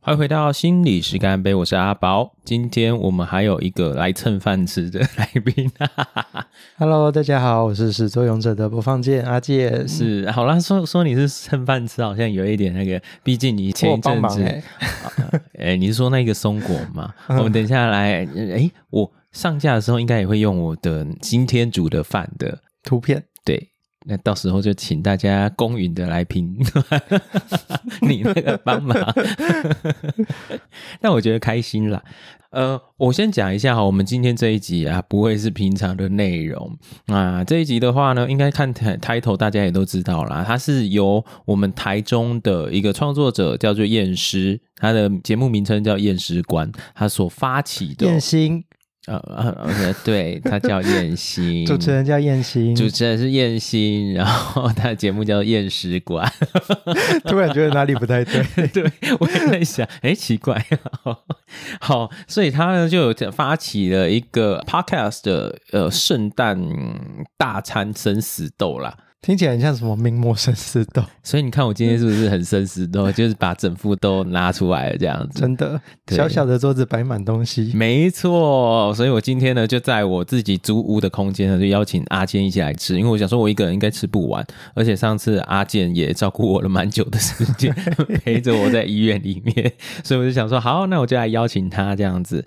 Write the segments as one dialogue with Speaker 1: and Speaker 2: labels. Speaker 1: 欢迎回到心理师干杯，我是阿宝。今天我们还有一个来蹭饭吃的来宾、啊，
Speaker 2: Hello，大家好，我是始作俑者的播放键阿介，
Speaker 1: 是嗯好啦，说说你是蹭饭吃，好像有一点那个，毕竟你前
Speaker 2: 我
Speaker 1: 一
Speaker 2: 帮
Speaker 1: 阵
Speaker 2: 忙
Speaker 1: 子，
Speaker 2: 哎、
Speaker 1: 哎、你是说那个松果吗？我们等一下来，哎、我上架的时候应该也会用我的今天煮的饭的，
Speaker 2: 图片
Speaker 1: 对。那到时候就请大家公允的来评， 你那个帮忙。 但我觉得开心啦。呃，我先讲一下哈，我们今天这一集啊，不会是平常的内容啊。这一集的话呢，应该看 ti- title 大家也都知道啦，它是由我们台中的一个创作者叫做验尸，他的节目名称叫验尸官，他所发起的
Speaker 2: 燕星，
Speaker 1: 呃呃呃，对，他叫 验尸
Speaker 2: 主持人叫燕星，
Speaker 1: 主持人是燕心，然后他的节目叫《验尸官》
Speaker 2: 突然觉得哪里不太对，
Speaker 1: 对， 我也在想，哎，奇怪， 好，所以他呢就有发起了一个 podcast 的呃圣诞大餐生死斗啦。
Speaker 2: 听起来很像什么名模生死斗，
Speaker 1: 所以你看我今天是不是很生死斗，就是把整副都拿出来了这样子。
Speaker 2: 真的，嗯
Speaker 1: 对
Speaker 2: 小小的桌子摆满东西，
Speaker 1: 没错，所以我今天呢，就在我自己租屋的空间呢，就邀请阿健一起来吃，因为我想说，我一个人应该吃不完，而且上次阿健也照顾我了蛮久的时间， 陪着我在医院里面，所以我就想说，好，那我就来邀请他这样子。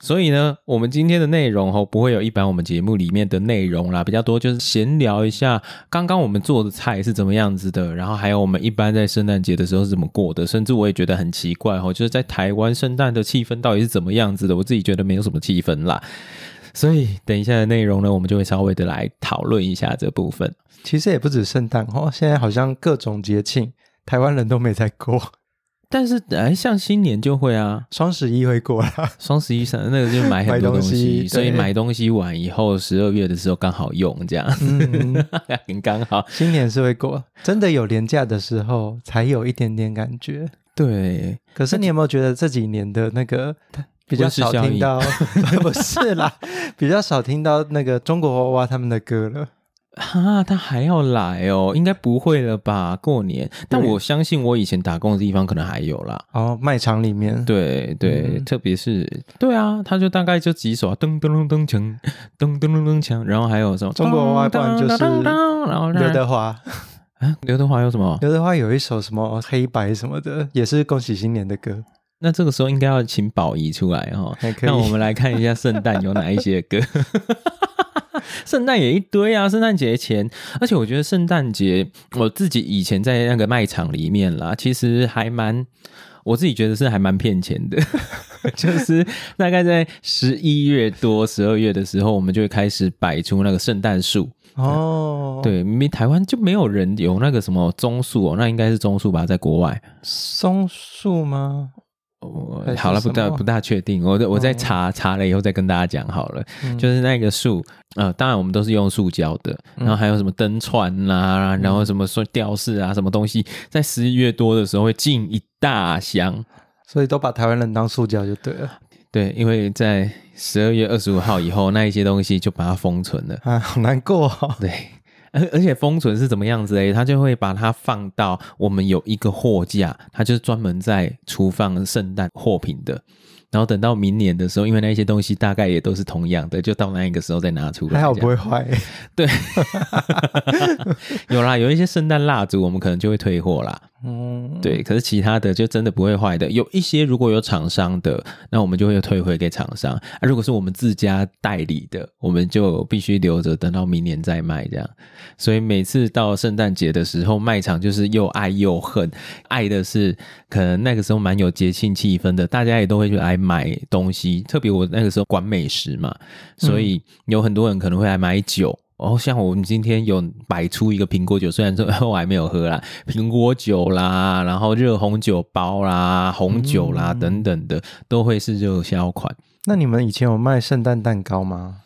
Speaker 1: 所以呢，我们今天的内容哦，不会有一般我们节目里面的内容啦，比较多就是闲聊一下刚刚我们做的菜是怎么样子的，然后还有我们一般在圣诞节的时候是怎么过的，甚至我也觉得很奇怪哦，就是在台湾圣诞的气氛到底是怎么样子的，我自己觉得没有什么气氛啦。所以等一下的内容呢，我们就会稍微的来讨论一下这部分。
Speaker 2: 其实也不止圣诞哦，现在好像各种节庆，台湾人都没在过，
Speaker 1: 但是哎，像新年就会啊，
Speaker 2: 双十一会过 啦，
Speaker 1: 双十一上那个就买很多
Speaker 2: 买东
Speaker 1: 东西，
Speaker 2: 西
Speaker 1: 所以
Speaker 2: 对
Speaker 1: 买东西完以后，十二月的时候刚好用这样，
Speaker 2: 嗯，
Speaker 1: 很刚好。
Speaker 2: 新年是会过，真的有廉价的时候才有一点点感觉。
Speaker 1: 对，
Speaker 2: 可是你有没有觉得这几年的那个比较少听 到？不是啦，比较少听到那个中国娃娃他们的歌了。
Speaker 1: 哈，他还要来哦，应该不会了吧？过年，但我相信我以前打工的地方可能还有啦。
Speaker 2: 哦，卖场里面，
Speaker 1: 对对，
Speaker 2: 嗯
Speaker 1: 特别是对啊，他就大概就几首啊噔噔噔噔锵，噔噔噔噔锵，然后还有什么
Speaker 2: 中国外不然就是
Speaker 1: 噔噔噔噔然后
Speaker 2: 刘
Speaker 1: 让
Speaker 2: 德华，
Speaker 1: 啊刘德华有什么？
Speaker 2: 刘德华有一首什么哦黑白什么的，也是恭喜新年的歌，
Speaker 1: 那这个时候应该要请宝仪出来哦。
Speaker 2: 还可以。
Speaker 1: 那我们来看一下圣诞有哪一些歌。 圣诞也一堆啊，圣诞节前，而且我觉得圣诞节我自己以前在那个卖场里面啦，其实还蛮，我自己觉得是还蛮骗钱的， 就是大概在十一月多、十二月的时候，我们就会开始摆出那个圣诞树。
Speaker 2: 哦，，
Speaker 1: 对，明明台湾就没有人有那个什么棕树哦，那应该是棕树吧，在国外。
Speaker 2: 松树吗？
Speaker 1: 哦
Speaker 2: 还，是
Speaker 1: 好了，不
Speaker 2: 什
Speaker 1: 大
Speaker 2: 么
Speaker 1: 不大确定，我再我再
Speaker 2: 哦
Speaker 1: 查、查了以后再跟大家讲好了。
Speaker 2: 嗯
Speaker 1: 就是那个树，呃，当然我们都是用塑胶的，然
Speaker 2: 嗯
Speaker 1: 后还有什么灯串啦、然后什么说吊饰啊，什么东西，在十一月多的时候会进一大箱。
Speaker 2: 所以都把台湾人当塑胶就对了
Speaker 1: 对，因为在十二月二十五号以后，那一些东西就把它封存了。
Speaker 2: 啊，好难过哦。
Speaker 1: 对，而而且封存是怎么样子嘞？它就会把它放到我们有一个货架，它就是专门在储放圣诞货品的。然后等到明年的时候，因为那些东西大概也都是同样的，就到那一个时候再拿出来。
Speaker 2: 还好
Speaker 1: 这
Speaker 2: 不
Speaker 1: 样
Speaker 2: 会坏、
Speaker 1: 有啦，有一些圣诞蜡烛我们可能就会退货啦。
Speaker 2: 嗯，
Speaker 1: 对，可是其他的就真的不会坏的。有一些如果有厂商的，那我们就会退回给厂商；啊，如果是我们自家代理的，我们就必须留着，等到明年再卖这样。所以每次到圣诞节的时候，卖场就是又爱又恨。爱的是可能那个时候蛮有节庆气氛的，大家也都会去来买东西。特别我那个时候管美食嘛，所以有很多人可能会来买酒。哦，像我们今天有摆出一个苹果酒，虽然说 我还没有喝啦，苹果酒啦，然后热红酒包啦、红酒啦、
Speaker 2: 嗯
Speaker 1: 等等的，都会是热销款。
Speaker 2: 那你们以前有卖圣诞蛋糕吗？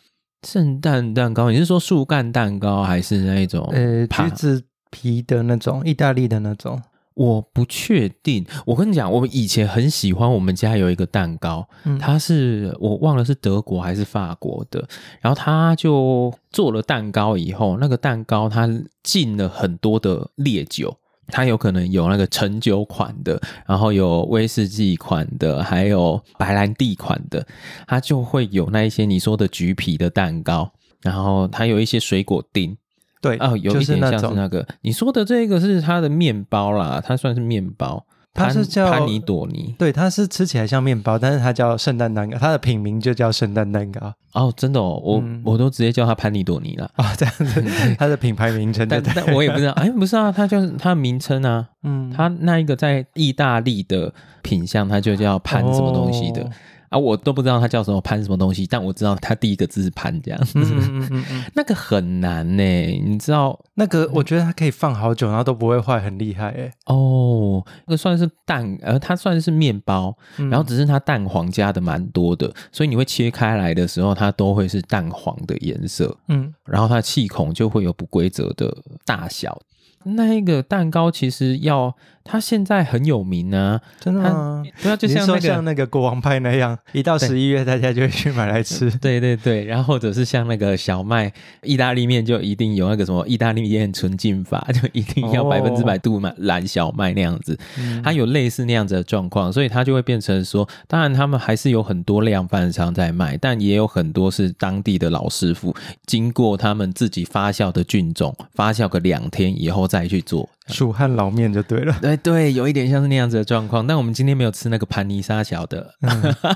Speaker 1: 圣诞蛋糕，你是说树干蛋糕还是那一种？
Speaker 2: 呃，
Speaker 1: 帕
Speaker 2: 橘子皮的那种，意大利的那种。
Speaker 1: 我不确定。我跟你讲，我们以前很喜欢，我们家有一个蛋糕，
Speaker 2: 嗯
Speaker 1: 它是我忘了是德国还是法国的，然后他就做了蛋糕以后，那个蛋糕它进了很多的烈酒，它有可能有那个陈酒款的，然后有威士忌款的，还有白兰地款的，它就会有那一些你说的橘皮的蛋糕，然后它有一些水果丁。
Speaker 2: 对，
Speaker 1: 哦，有
Speaker 2: 就
Speaker 1: 一
Speaker 2: 是
Speaker 1: 点
Speaker 2: 那
Speaker 1: 像是
Speaker 2: 种
Speaker 1: 那个你说的这个是它的面包啦，它算是面包，
Speaker 2: 它
Speaker 1: 潘
Speaker 2: 是叫
Speaker 1: 潘尼朵尼
Speaker 2: 对，它是吃起来像面包，但是它叫圣诞蛋糕，它的品名就叫圣诞蛋糕
Speaker 1: 哦，真的哦，我、
Speaker 2: 嗯
Speaker 1: 我都直接叫它潘尼朵尼啦，
Speaker 2: 啊、这样子，它的品牌名称就
Speaker 1: 嗯但
Speaker 2: 对
Speaker 1: 但我也不知道，哎，不是啊，它就是它的名称啊，
Speaker 2: 嗯，
Speaker 1: 它那一个在意大利的品相，它就叫潘什么东西的、
Speaker 2: 哦
Speaker 1: 啊，我都不知道它叫什么潘什么东西，但我知道它第一个字是潘这样，
Speaker 2: 嗯嗯嗯嗯嗯，
Speaker 1: 那个很难呢、你知道
Speaker 2: 那个我觉得它可以放好久，然后都不会坏，很厉害哎。
Speaker 1: 哦，那个算是蛋，呃，它算是面包，
Speaker 2: 嗯
Speaker 1: 然后只是它蛋黄加的蛮多的，所以你会切开来的时候，它都会是蛋黄的颜色，
Speaker 2: 嗯，
Speaker 1: 然后它的气孔就会有不规则的大小。那一个蛋糕其实要，它现在很有名啊，
Speaker 2: 真的吗
Speaker 1: 它？对啊，就
Speaker 2: 你是
Speaker 1: 像
Speaker 2: 说
Speaker 1: 那个
Speaker 2: 像那个国王派那样，一到
Speaker 1: 对
Speaker 2: 十一月大家就会去买来吃。
Speaker 1: 对对对，然后或者是像那个小麦意大利面，就一定有那个什么意大利面纯净法，就一定要
Speaker 2: 哦
Speaker 1: 百分之百度满蓝小麦那样子，它有类似那样子的状况，所以它就会变成说，当然他们还是有很多量贩商在卖，但也有很多是当地的老师傅，经过他们自己发酵的菌种，发酵个两天以后再去做。
Speaker 2: 蜀汉老面就对 了。
Speaker 1: 对对，有一点像是那样子的状况，但我们今天没有吃那个盘尼沙小 的，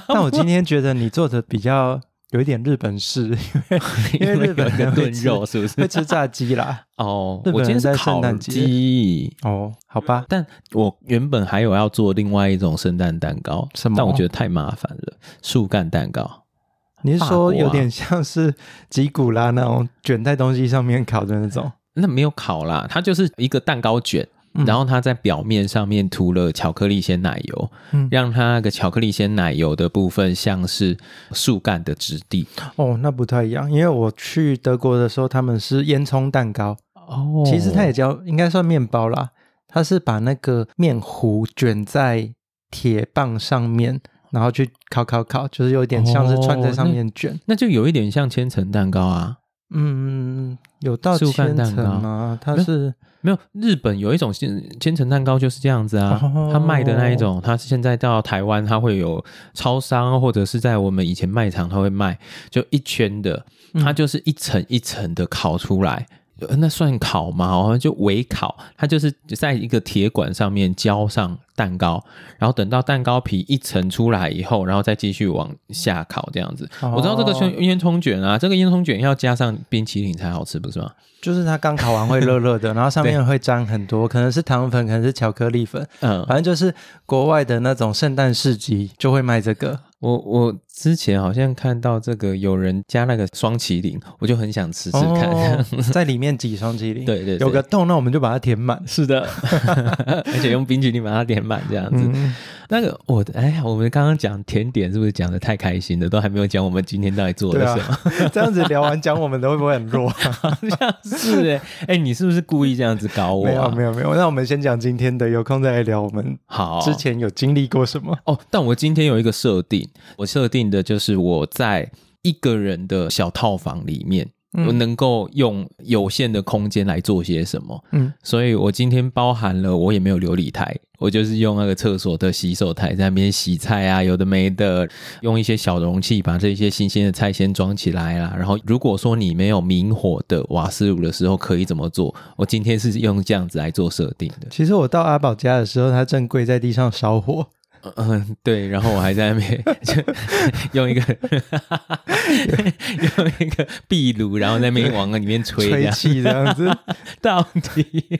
Speaker 2: 但我今天觉得你做的比较有一点日本式， 因为因为日本
Speaker 1: 有一个
Speaker 2: 人
Speaker 1: 炖
Speaker 2: 会吃
Speaker 1: 肉是 不是？
Speaker 2: 会吃炸鸡啦。
Speaker 1: 哦，
Speaker 2: 日
Speaker 1: 我今
Speaker 2: 本
Speaker 1: 天
Speaker 2: 人
Speaker 1: 是
Speaker 2: 在
Speaker 1: 烤
Speaker 2: 圣诞节
Speaker 1: 鸡，
Speaker 2: 哦，好吧，
Speaker 1: 但我原本还有要做另外一种圣诞蛋糕，
Speaker 2: 什么
Speaker 1: 但我觉得太麻烦了，树干蛋糕。
Speaker 2: 你是
Speaker 1: 法国啊
Speaker 2: 说有点像是吉古拉那种卷在东西上面烤的那 种？
Speaker 1: 那没有烤啦，它就是一个蛋糕卷，
Speaker 2: 嗯
Speaker 1: 然后它在表面上面涂了巧克力鲜奶油，
Speaker 2: 嗯
Speaker 1: 让它那个巧克力鲜奶油的部分像是树干的质地。
Speaker 2: 哦，那不太一样，因为我去德国的时候，他们是烟囱蛋糕，
Speaker 1: 哦
Speaker 2: 其实它也叫应该算面包啦，它是把那个面糊卷在铁棒上面，然后去烤烤烤，就是有点像是串在上面卷。
Speaker 1: 哦那就有一点像千层蛋糕啊。
Speaker 2: 嗯，有到
Speaker 1: 树干
Speaker 2: 千
Speaker 1: 蛋
Speaker 2: 层
Speaker 1: 糕
Speaker 2: 吗？它是
Speaker 1: 没有，日本有一种千千层蛋糕就是这样子啊，
Speaker 2: 哦
Speaker 1: 它卖的那一种，它现在到台湾它会有超商或者是在我们以前卖场它会卖，就一圈的，
Speaker 2: 嗯
Speaker 1: 它就是一层一层的烤出来。呃那算烤吗？好像就微烤，它就是在一个铁管上面浇上蛋糕，然后等到蛋糕皮一层出来以后，然后再继续往下烤这样子。
Speaker 2: 哦
Speaker 1: 我知道这个是烟囱卷啊，这个烟囱卷要加上冰淇淋才好吃，不是吗？
Speaker 2: 就是它刚烤完会热热的，然后上面会沾很多，可能是糖粉，可能是巧克力粉，
Speaker 1: 嗯，
Speaker 2: 反正就是国外的那种圣诞市集就会卖这个。
Speaker 1: 我我之前好像看到这个有人加那个双麒麟，我就很想吃吃 看。
Speaker 2: 哦在里面挤双麒麟，
Speaker 1: 对对对
Speaker 2: 有个洞，那我们就把它填满。
Speaker 1: 是 的，而且用冰淇淋把它点满这样子。
Speaker 2: 嗯，
Speaker 1: 那个我的哎呀，我们刚刚讲甜点是不是讲的太开心了？都还没有讲我们今天到底做
Speaker 2: 对
Speaker 1: 了
Speaker 2: 啊
Speaker 1: 什么。，
Speaker 2: 这样子聊完讲我们的会不会很 弱？
Speaker 1: 好像是哎、哎、你是不是故意这样子搞我、
Speaker 2: 没有
Speaker 1: 啊？
Speaker 2: 没有没有，那我们先讲今天的，有空再来聊我们
Speaker 1: 好，
Speaker 2: 之前有经历过什么。
Speaker 1: 哦，但我今天有一个设定，我设定的就是我在一个人的小套房里面，
Speaker 2: 嗯
Speaker 1: 我能够用有限的空间来做些什么。
Speaker 2: 嗯，
Speaker 1: 所以我今天包含了，我也没有琉璃台，我就是用那个厕所的洗手台在那边洗菜啊，有的没的，用一些小容器把这些新鲜的菜先装起来啦。然后如果说你没有明火的瓦斯炉的时候，可以怎么做？我今天是用这样子来做设定的。
Speaker 2: 其实我到阿宝家的时候，他正跪在地上烧火，
Speaker 1: 嗯，对，然后我还在那边就 用一个 用一个壁炉，然后在那边往里面吹，这
Speaker 2: 吹
Speaker 1: 样
Speaker 2: 气这样 子。
Speaker 1: 到底、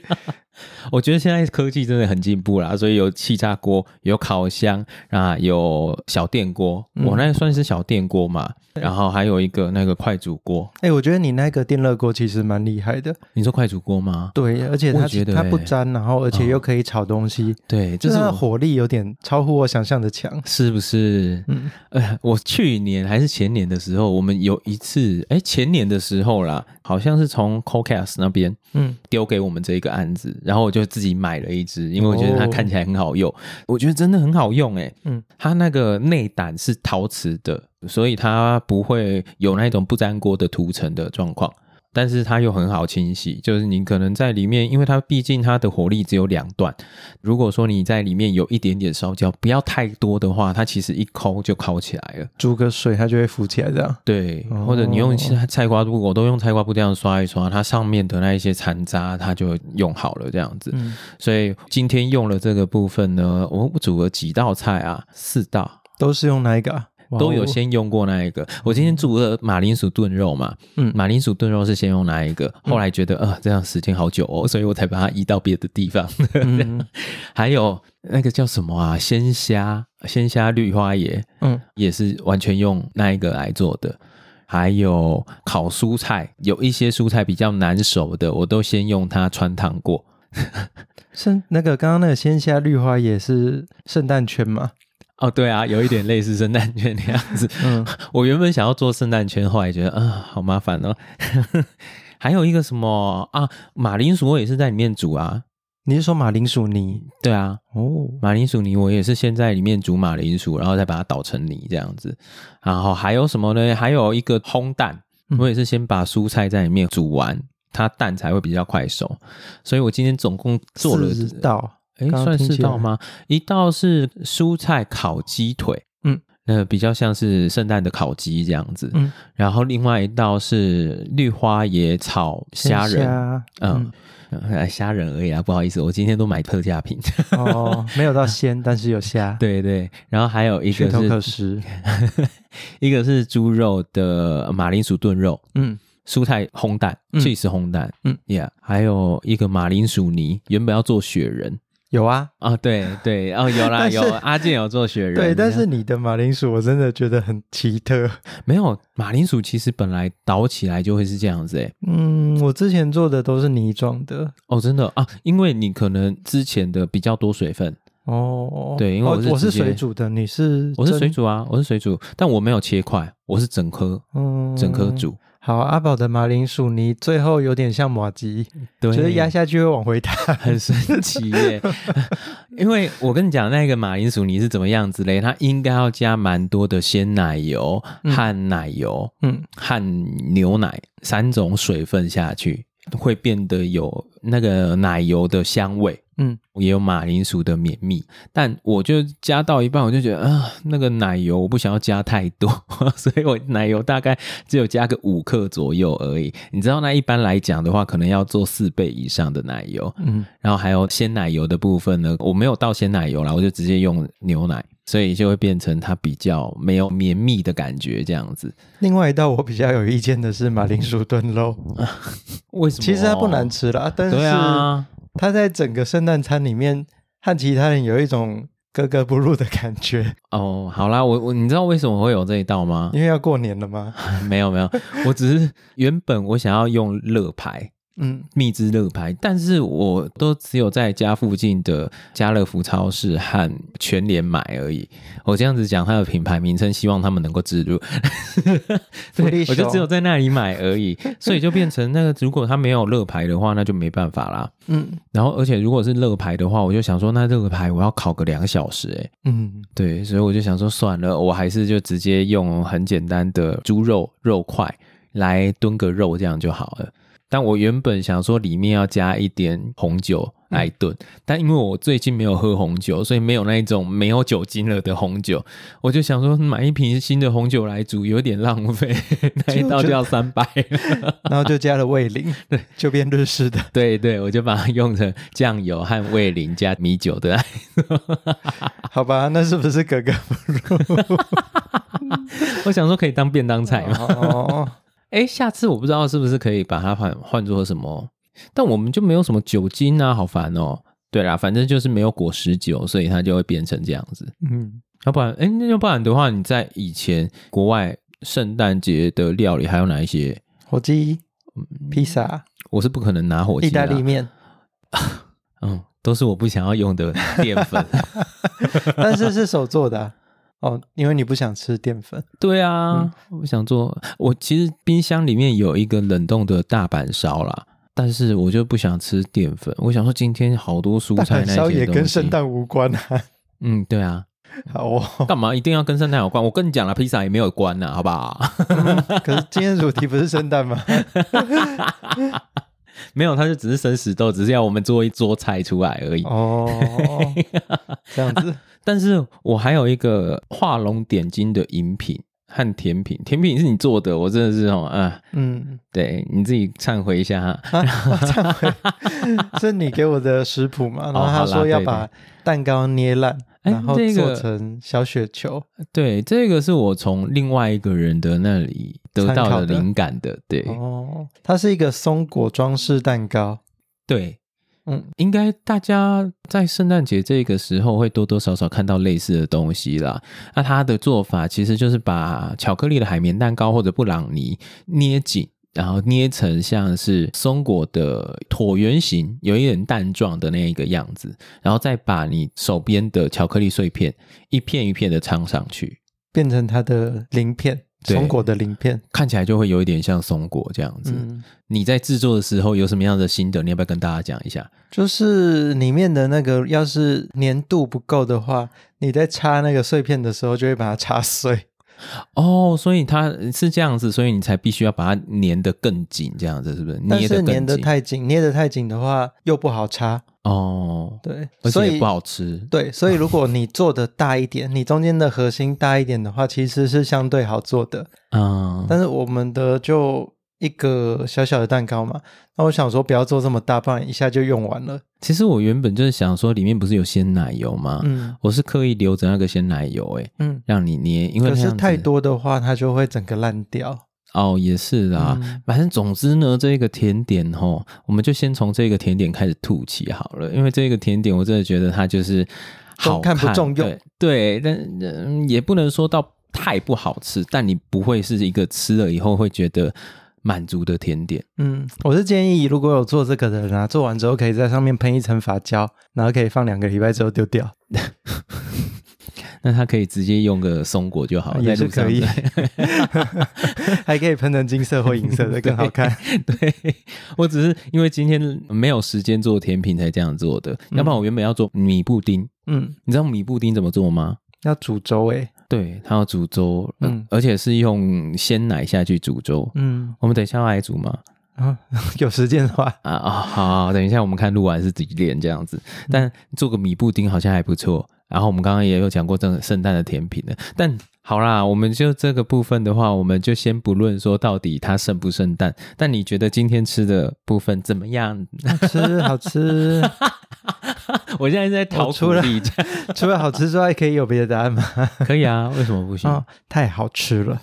Speaker 1: 我觉得现在科技真的很进步啦，所以有气炸锅，有烤箱啊，有小电锅，
Speaker 2: 嗯
Speaker 1: 我那算是小电锅嘛，
Speaker 2: 对
Speaker 1: 然后还有一个那个快煮锅，
Speaker 2: 哎、我觉得你那个电热锅其实蛮厉害的，
Speaker 1: 你说快煮锅吗？
Speaker 2: 对，而且
Speaker 1: 我
Speaker 2: 它
Speaker 1: 也觉得
Speaker 2: 它不
Speaker 1: 欸
Speaker 2: 粘，然后而且
Speaker 1: 嗯
Speaker 2: 又可以炒东西，
Speaker 1: 对，这
Speaker 2: 就是是它的
Speaker 1: 我
Speaker 2: 火力有点超乎我想象的强。
Speaker 1: 是不是？
Speaker 2: 嗯，
Speaker 1: 呃，我去年还是前年的时候，我们有一次，哎，前年的时候啦，好像是从 Cocast 那边
Speaker 2: 嗯，
Speaker 1: 丢给我们这一个案子，然后我就自己买了一只，因为我觉得它
Speaker 2: 哦
Speaker 1: 看起来很好用，我觉得真的很好用哎、
Speaker 2: 嗯，
Speaker 1: 它那个内胆是陶瓷的，所以它不会有那种不粘锅的涂层的状况。但是它又很好清洗，就是你可能在里面，因为它毕竟它的火力只有两段，如果说你在里面有一点点烧焦，不要太多的话，它其实一抠就烤起来了。
Speaker 2: 煮个水，它就会浮起来这样。
Speaker 1: 对，
Speaker 2: 哦
Speaker 1: 或者你用其他菜瓜布，我都用菜瓜布这样刷一刷，它上面的那一些残渣，它就用好了这样子。
Speaker 2: 嗯，
Speaker 1: 所以今天用了这个部分呢，我煮了几道菜啊，四道。
Speaker 2: 都是用哪一个啊？哇哦
Speaker 1: 都有先用过那一个。我今天煮了马铃薯炖肉嘛，
Speaker 2: 嗯
Speaker 1: 马铃薯炖肉是先用那一个，后来觉得呃这样时间好久哦，所以我才把它移到别的地方。
Speaker 2: 嗯
Speaker 1: 还有那个叫什么啊，鲜虾，鲜虾绿花椰
Speaker 2: 嗯
Speaker 1: 也是完全用那一个来做的。还有烤蔬菜，有一些蔬菜比较难熟的，我都先用它穿烫过。
Speaker 2: 圣那个刚刚那个鲜虾绿花也是圣诞圈嘛？
Speaker 1: 哦，对啊，有一点类似圣诞圈那样子。
Speaker 2: 嗯，
Speaker 1: 我原本想要做圣诞圈，后来觉得啊、好麻烦哦。 还有一个什么啊，马铃薯我也是在里面煮啊。
Speaker 2: 你是说马铃薯泥？
Speaker 1: 对啊，
Speaker 2: 哦，
Speaker 1: 马铃薯泥我也是先在里面煮马铃薯，然后再把它捣成泥这样子。然后还有什么呢？还有一个烘蛋，
Speaker 2: 嗯
Speaker 1: 我也是先把蔬菜在里面煮完，它蛋才会比较快熟。所以我今天总共做了
Speaker 2: 四道，
Speaker 1: 哎，
Speaker 2: 刚刚
Speaker 1: 算
Speaker 2: 听
Speaker 1: 四
Speaker 2: 起来
Speaker 1: 道吗？一道是蔬菜烤鸡腿，
Speaker 2: 嗯，
Speaker 1: 那比较像是圣诞的烤鸡这样子。
Speaker 2: 嗯，
Speaker 1: 然后另外一道是绿花椰炒虾
Speaker 2: 鲜
Speaker 1: 仁，
Speaker 2: 虾
Speaker 1: 嗯，哎虾仁而已啊，不好意思，我今天都买特价品。
Speaker 2: 嗯，哦， 没有到鲜，但是有虾，
Speaker 1: 对对，然后还有一
Speaker 2: 噱头
Speaker 1: 个
Speaker 2: 可
Speaker 1: 是，
Speaker 2: 食。
Speaker 1: 一个是猪肉的马铃薯炖肉。
Speaker 2: 嗯，
Speaker 1: 蔬菜烘蛋，
Speaker 2: 嗯
Speaker 1: 这也是烘蛋，
Speaker 2: 嗯
Speaker 1: ，Yeah，还有一个马铃薯泥，原本要做雪人
Speaker 2: 有啊，
Speaker 1: 啊、对对， 哦，有啦
Speaker 2: 但是
Speaker 1: 有，阿健有做雪人，啊
Speaker 2: 对，但
Speaker 1: 你
Speaker 2: 是你的马铃薯我真的觉得很奇特。
Speaker 1: 没有马铃薯，其实本来捣起来就会是这样子诶、欸
Speaker 2: 嗯，我之前做的都是泥状的。
Speaker 1: 哦，真的啊，因为你可能之前的比较多水分，
Speaker 2: 哦，
Speaker 1: 对因为
Speaker 2: 哦
Speaker 1: 我
Speaker 2: 我
Speaker 1: 是直
Speaker 2: 是
Speaker 1: 接
Speaker 2: 水煮的，你是
Speaker 1: 我是水
Speaker 2: 蒸，
Speaker 1: 煮啊，我是水煮，但我没有切块，我是整颗
Speaker 2: 嗯
Speaker 1: 整颗。煮，
Speaker 2: 好，阿宝的马铃薯泥最后有点像马吉，
Speaker 1: 对，
Speaker 2: 觉得压下去会 往回弹。
Speaker 1: 很神奇耶、 因为我跟你讲那个马铃薯泥是怎么样子嘞，它应该要加蛮多的鲜奶油
Speaker 2: 嗯
Speaker 1: 和奶油
Speaker 2: 嗯，
Speaker 1: 和牛奶三种水分下去，会变得有那个奶油的香味。
Speaker 2: 嗯，
Speaker 1: 也有马铃薯的绵密，但我就加到一半，我就觉得啊、那个奶油我不想要加太多， 所以我奶油大概只有加个五克左右而已。你知道，那一般来讲的话，可能要做四倍以上的奶油，
Speaker 2: 嗯，
Speaker 1: 然后还有鲜奶油的部分呢，我没有倒鲜奶油啦，我就直接用牛奶，所以就会变成它比较没有绵密的感觉这样子。
Speaker 2: 另外一道我比较有意见的是马铃薯炖肉，
Speaker 1: 为什么？哦
Speaker 2: 其实它不难，吃啦，但是
Speaker 1: 对啊，
Speaker 2: 它在整个圣诞餐里面和其他人有一种格格不入的感觉，
Speaker 1: 哦，好啦，我我你知道为什么会有这一道吗？
Speaker 2: 因为要过年 了嘛。
Speaker 1: 没有没有，我只是原本我想要用乐牌。
Speaker 2: 嗯
Speaker 1: 蜜汁乐牌，但是我都只有在家附近的家乐福超市和全联买而已。我这样子讲它的品牌名称，希望他们能够植入。
Speaker 2: 福利
Speaker 1: 对，我就
Speaker 2: 熊
Speaker 1: 只有在那里买而 已，所以就变成那个，如果它没有乐牌的话，那就没办法啦。
Speaker 2: 嗯
Speaker 1: 然后，而且如果是乐牌的话，我就想说，那乐牌我要烤个两小时、欸，
Speaker 2: 嗯，
Speaker 1: 对，所以我就想说，算了，我还是就直接用很简单的猪肉肉块来炖个肉，这样就好了。但我原本想说里面要加一点红酒来炖，但因为我最近没有喝红酒，所以没有那一种没有酒精了的红酒，我就想说买一瓶新的红酒来煮，有点浪费， 那一道就要三百。
Speaker 2: 然后就加了味淋，对，就变日式的。
Speaker 1: 对对，我就把它用成酱油和味淋加米酒的。
Speaker 2: 好吧，那是不是格格不
Speaker 1: 我想说可以当便当菜嘛
Speaker 2: 入？。哦，
Speaker 1: 哎，下次我不知道是不是可以把它换换作什么，但我们就没有什么酒精啊，好烦哦。对啦，反正就是没有果实酒，所以它就会变成这样子。
Speaker 2: 嗯，
Speaker 1: 要不然，哎，那要不然的话，你在以前国外圣诞节的料理还有哪一些？
Speaker 2: 火鸡、披萨、
Speaker 1: 我是不可能拿嗯火鸡
Speaker 2: 意
Speaker 1: 啦
Speaker 2: 大利，面，
Speaker 1: 嗯，都是我不想要用的淀粉。
Speaker 2: 但是是手做的啊、哦，因为你不想吃淀粉。
Speaker 1: 对啊，
Speaker 2: 嗯
Speaker 1: 我想做。我其实冰箱里面有一个冷冻的大阪烧啦，但是我就不想吃淀粉。我想说今天好多蔬
Speaker 2: 大
Speaker 1: 菜那
Speaker 2: 阪
Speaker 1: 些
Speaker 2: 烧也
Speaker 1: 东
Speaker 2: 跟
Speaker 1: 西
Speaker 2: 圣诞无关啊。
Speaker 1: 嗯，对啊，
Speaker 2: 好哦，
Speaker 1: 干嘛一定要跟圣诞有关？我跟你讲了，披萨也没有关啊呐、好不 好？
Speaker 2: 可是今天的主题不是圣 诞吗？
Speaker 1: 没有，它就只是生石头，只是要我们做一桌菜出来而已。
Speaker 2: 哦，这 样子，
Speaker 1: 但是我还有一个画龙点睛的饮品和甜品，甜品是你做的，我真的是哦，啊，
Speaker 2: 嗯，
Speaker 1: 对你自己忏悔一下哈。
Speaker 2: 啊，忏悔， 是你给我的食谱嘛？然后
Speaker 1: 哦好
Speaker 2: 他
Speaker 1: 啦
Speaker 2: 说要
Speaker 1: 对
Speaker 2: 把蛋糕捏烂，
Speaker 1: 哎
Speaker 2: 然后
Speaker 1: 这个
Speaker 2: 做成小雪球。
Speaker 1: 对，这个是我从另外一个人的那里得到
Speaker 2: 参考
Speaker 1: 的
Speaker 2: 的
Speaker 1: 灵感的。对、
Speaker 2: 哦，它是一个松果装饰蛋糕。
Speaker 1: 对，
Speaker 2: 嗯，
Speaker 1: 应该大家在圣诞节这个时候会多多少少看到类似的东西啦。那它的做法其实就是把巧克力的海绵蛋糕或者布朗尼捏紧。然后捏成像是松果的椭圆形，有一点蛋状的那一个样子，然后再把你手边的巧克力碎片一片一片的插上去，
Speaker 2: 变成它的鳞片，
Speaker 1: 对
Speaker 2: 松果的鳞片。
Speaker 1: 看起来就会有一点像松果这样子。
Speaker 2: 嗯，
Speaker 1: 你在制作的时候有什么样的心得？你要不要跟大家讲一下？
Speaker 2: 就是里面的那个，要是粘度不够的话，你在插那个碎片的时候，就会把它 插碎。
Speaker 1: 哦，所以它是这样子，所以你才必须要把它粘得更紧，这样子是不是？
Speaker 2: 但
Speaker 1: 捏
Speaker 2: 是
Speaker 1: 得
Speaker 2: 粘
Speaker 1: 更
Speaker 2: 得
Speaker 1: 紧
Speaker 2: 太紧，捏得太紧的话又不好插。
Speaker 1: 哦，
Speaker 2: 对，
Speaker 1: 而
Speaker 2: 所
Speaker 1: 且也
Speaker 2: 以
Speaker 1: 不好吃。
Speaker 2: 对，所以如果你做的大一点，你中间的核心大一点的话，其实是相对好做的。
Speaker 1: 嗯，
Speaker 2: 但是我们的就一个小小的蛋糕嘛，那我想说不要做这么大，不然一下就用完了。
Speaker 1: 其实我原本就是想说，里面不是有鲜奶油吗？
Speaker 2: 嗯
Speaker 1: 我是刻意留着那个鲜奶油、欸，
Speaker 2: 嗯，
Speaker 1: 让你捏，因为那
Speaker 2: 可是
Speaker 1: 样子
Speaker 2: 太多的话，它就会整个烂掉。
Speaker 1: 哦，也是啦。
Speaker 2: 嗯
Speaker 1: 反正总之呢，这个甜点吼，我们就先从这个甜点开始吐起好了，因为这个甜点我真的觉得它就是好
Speaker 2: 中看不中用
Speaker 1: 对，对但、嗯也不能说到太不好吃，但你不会是一个吃了以后会觉得满足的甜点。
Speaker 2: 嗯，我是建议如果有做这个的人啊，做完之后可以在上面喷一层发胶，然后可以放两个礼拜之后丢掉。
Speaker 1: 那它可以直接用个松果就好了，在
Speaker 2: 也是
Speaker 1: 路上
Speaker 2: 可以
Speaker 1: 对
Speaker 2: 还可以喷成金色或银 色的更好看。
Speaker 1: 对 我只是因为今天没有时间做甜品才这样做的，要不然我原本要做米布丁。
Speaker 2: 嗯，
Speaker 1: 你知道米布丁怎么做吗？
Speaker 2: 要煮粥欸诶、
Speaker 1: 对，它要煮粥，嗯
Speaker 2: 嗯，
Speaker 1: 而且是用鲜奶下去煮粥。
Speaker 2: 嗯，
Speaker 1: 我们等一下要来煮吗？
Speaker 2: 啊，有时间的话，
Speaker 1: 啊啊、好好，等一下我们看录完是几点这样子。 但做个米布丁好像还不错。然后我们刚刚也有讲过这圣诞的甜品的，但好啦，我们就这个部分的话，我们就先不论说到底它圣不圣诞。但你觉得今天吃的部分怎么样？
Speaker 2: 好吃好吃。
Speaker 1: 我现在在逃
Speaker 2: 我
Speaker 1: 出
Speaker 2: 除
Speaker 1: 了
Speaker 2: 了， 除了好吃之外，可以有别的答案吗？
Speaker 1: 可以啊？为什么不行？
Speaker 2: 哦，太好吃了。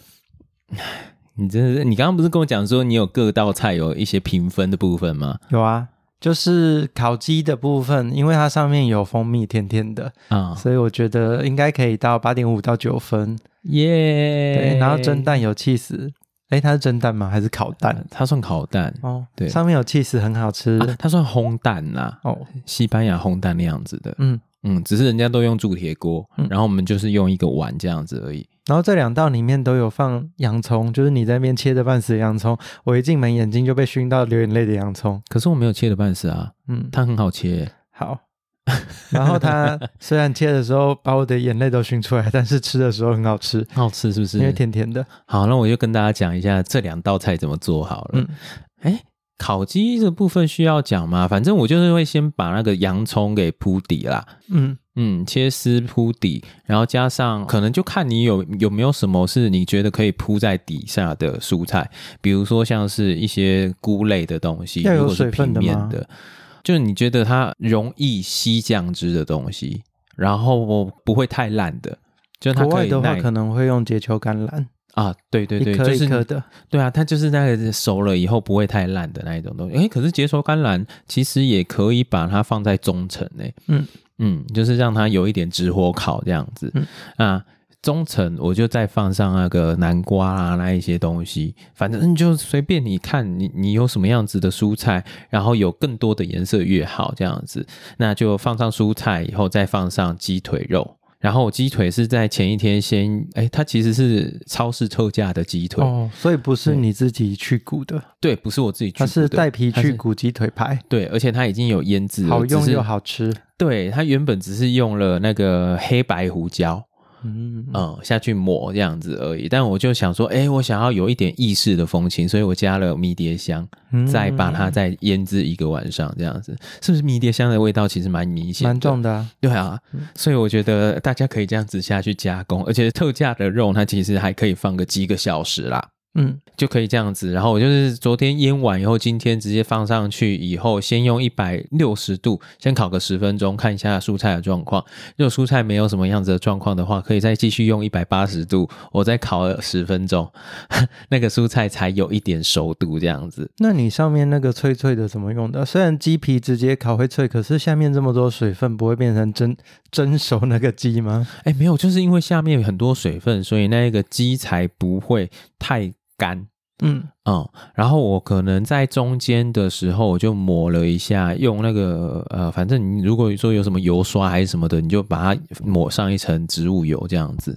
Speaker 1: 你真的是，你刚刚不是跟我讲说你有各道菜有一些评分的部分吗？
Speaker 2: 有啊，就是烤鸡的部分，因为它上面有蜂蜜，甜甜的，
Speaker 1: 啊、
Speaker 2: 所以我觉得应该可以到八点五到九分。
Speaker 1: 耶、呃
Speaker 2: 对，然后蒸蛋有 cheese，哎，它是蒸蛋吗？还是烤蛋？
Speaker 1: 它算烤蛋，
Speaker 2: 哦，
Speaker 1: 对
Speaker 2: 上面有 cheese，很好吃。
Speaker 1: 啊它算烘蛋啦，
Speaker 2: 哦，
Speaker 1: 西班牙烘蛋那样子的。
Speaker 2: 嗯，
Speaker 1: 嗯，只是人家都用铸铁锅，
Speaker 2: 嗯
Speaker 1: 然后我们就是用一个碗这样子而已。
Speaker 2: 然后这两道里面都有放洋葱，就是你在那边切的半死的洋葱，我一进门眼睛就被熏到流眼泪的洋葱。
Speaker 1: 可是我没有切的半死啊，
Speaker 2: 嗯，
Speaker 1: 它很好切。
Speaker 2: 好。然后它虽然切的时候把我的眼泪都熏出来，但是吃的时候很好吃，
Speaker 1: 很好吃是不
Speaker 2: 因为
Speaker 1: 是？
Speaker 2: 甜甜的。
Speaker 1: 好，那我就跟大家讲一下这两道菜怎么做好了
Speaker 2: 嗯。
Speaker 1: 哎、烤鸡的部分需要讲吗？反正我就是会先把那个洋葱给铺底啦，
Speaker 2: 嗯，
Speaker 1: 嗯，切丝铺底，然后加上可能就看你有有没有什么是你觉得可以铺在底下的蔬菜，比如说像是一些菇类的东西，
Speaker 2: 要有
Speaker 1: 如果是
Speaker 2: 水分
Speaker 1: 平
Speaker 2: 的
Speaker 1: 面
Speaker 2: 吗
Speaker 1: 的，就是你觉得它容易吸酱汁的东西，然后不会太烂的，就是它
Speaker 2: 国
Speaker 1: 可
Speaker 2: 外
Speaker 1: 以
Speaker 2: 的话
Speaker 1: 耐
Speaker 2: 可能会用结球橄榄，
Speaker 1: 啊，对对对，
Speaker 2: 一颗
Speaker 1: 就是
Speaker 2: 一颗
Speaker 1: 你
Speaker 2: 的。
Speaker 1: 对啊，它就是那个熟了以后不会太烂的那一种东西。诶，可是结熟甘蓝其实也可以把它放在中层诶、
Speaker 2: 嗯
Speaker 1: 嗯，就是让它有一点直火烤这样子。
Speaker 2: 嗯
Speaker 1: 啊，中层我就再放上那个南瓜啊那一些东西，反正就随便你看你你有什么样子的蔬菜，然后有更多的颜色越好这样子。那就放上蔬菜以后，再放上鸡腿肉。然后我鸡腿是在前一天先，哎，它其实是超市特价的鸡腿，
Speaker 2: 哦，所以不是
Speaker 1: 对
Speaker 2: 你自己去骨的，
Speaker 1: 对，不是我自己去
Speaker 2: 它
Speaker 1: 骨的，
Speaker 2: 是带皮
Speaker 1: 它
Speaker 2: 去
Speaker 1: 是，
Speaker 2: 骨鸡腿排，
Speaker 1: 对，而且它已经有腌制了，
Speaker 2: 好用
Speaker 1: 只是
Speaker 2: 又好吃。
Speaker 1: 对，它原本只是用了那个黑白胡椒，
Speaker 2: 嗯，
Speaker 1: 嗯，下去抹这样子而已。但我就想说，哎、我想要有一点意式的风情，所以我加了迷迭香，
Speaker 2: 嗯
Speaker 1: 再把它再腌制一个晚上，这样子是不是迷迭香的味道其实蛮明显，
Speaker 2: 蛮。重的啊。
Speaker 1: 对啊，所以我觉得大家可以这样子下去加工，而且特价的肉它其实还可以放个几个小时啦。
Speaker 2: 嗯，
Speaker 1: 就可以这样子。然后我就是昨天腌完以后，今天直接放上去以后，先用一百六十度先烤个十分钟，看一下蔬菜的状况。如果蔬菜没有什么样子的状况的话，可以再继续用一百八十度，我再烤了十分钟， 那个蔬菜才有一点熟度这样子。
Speaker 2: 那你上面那个脆脆的怎么用的？虽然鸡皮直接烤会脆，可是下面这么多水分，不会变成蒸蒸熟那个鸡吗？
Speaker 1: 哎，没有，就是因为下面很多水分，所以那个鸡才不会太干。
Speaker 2: 嗯，
Speaker 1: 嗯，然后我可能在中间的时候，我就抹了一下，用那个呃，反正你如果说有什么油刷还是什么的，你就把它抹上一层植物油这样子，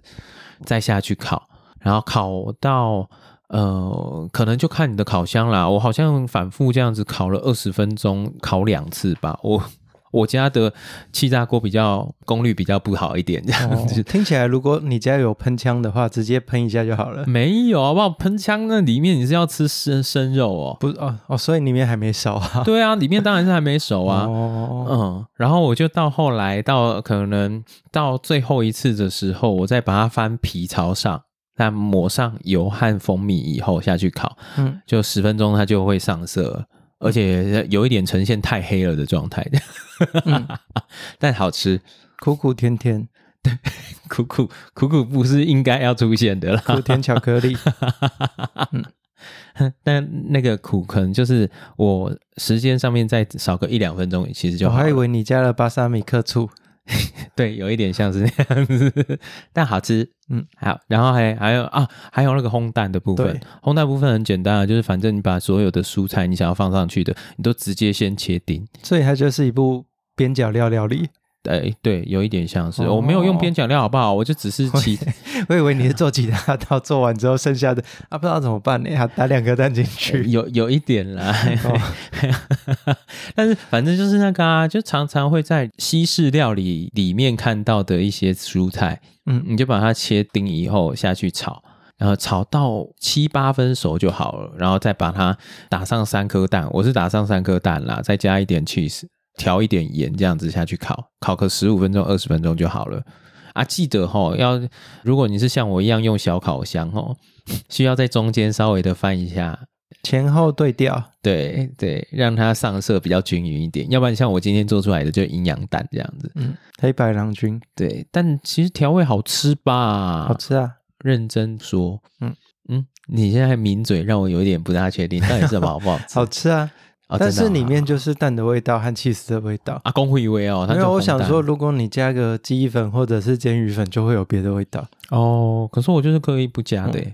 Speaker 1: 再下去烤，然后烤到呃，可能就看你的烤箱啦。我好像反复这样子烤了二十分钟，烤两次吧。我我家的气炸锅比较功率比较不好一点，这
Speaker 2: 哦
Speaker 1: 样子、
Speaker 2: 听起来如果你家有喷枪的话，直接喷一下就好了。
Speaker 1: 没有好不好？喷枪那里面你是要吃生生肉哦。
Speaker 2: 不哦哦，所以里面还没熟啊。
Speaker 1: 对啊，里面当然是还没熟啊。
Speaker 2: 哦，
Speaker 1: 嗯，然后我就到后来到可能到最后一次的时候，我再把它翻皮朝上，那抹上油和蜂蜜以后下去烤，
Speaker 2: 嗯，
Speaker 1: 就十分钟它就会上色了，而且有一点呈现太黑了的状态，
Speaker 2: 嗯
Speaker 1: 但好吃，
Speaker 2: 苦苦甜甜，
Speaker 1: 苦苦苦苦不是应该要出现的啦。
Speaker 2: 苦甜巧克力。
Speaker 1: 但那个苦可能就是我时间上面再少个一两分钟，其实就
Speaker 2: 我
Speaker 1: 好
Speaker 2: 还以
Speaker 1: 了。
Speaker 2: 为你加了巴萨米克醋。
Speaker 1: 对，有一点像是那样子， 但好吃。
Speaker 2: 嗯
Speaker 1: 嗯，好，然后还还有啊，还有那个烘蛋的部分
Speaker 2: 对，
Speaker 1: 烘蛋部分很简单啊，就是反正你把所有的蔬菜你想要放上去的，你都直接先切丁。
Speaker 2: 所以它就是一部边角料料理。
Speaker 1: 哎，对，有一点像是，
Speaker 2: 哦
Speaker 1: 我没有用边角料，好不好？我就只 是其
Speaker 2: 我以为你是做其他道，做完之后剩下的啊不知道怎么办呢，还打两颗蛋进去。
Speaker 1: 哦有有一点啦，
Speaker 2: 哦
Speaker 1: 但是反正就是那个啊，就常常会在西式料理里面看到的一些蔬菜，
Speaker 2: 嗯，
Speaker 1: 你就把它切丁以后下去炒，然后炒到七八分熟就好了，然后再把它打上三颗蛋，我是打上三颗蛋啦，再加一点 cheese，调一点盐，这样子下去烤，烤个十五分钟、二十分钟就好了。啊，记得哈，要如果你是像我一样用小烤箱哦，需要在中间稍微的翻一下，
Speaker 2: 前后对调。
Speaker 1: 对对，让它上色比较均匀一点，要不然像我今天做出来的就营养蛋这样子。
Speaker 2: 嗯，黑白郎君，
Speaker 1: 对，但其实调味好吃吧？
Speaker 2: 好吃啊。
Speaker 1: 认真说，
Speaker 2: 嗯
Speaker 1: 嗯嗯，你现在抿嘴，让我有一点不大确定到底是什么好不好吃。
Speaker 2: 好吃啊，
Speaker 1: 哦
Speaker 2: 但
Speaker 1: 真
Speaker 2: 是
Speaker 1: 的啊
Speaker 2: 里面就是蛋的味道和 cheese 的味道。
Speaker 1: 啊，公会以为哦，他
Speaker 2: 没有，
Speaker 1: 就
Speaker 2: 我
Speaker 1: 红
Speaker 2: 想
Speaker 1: 蛋
Speaker 2: 说，如果你加个鸡翼粉或者是煎鱼粉，就会有别的味道。
Speaker 1: 哦，可是我就是刻意不加的耶、欸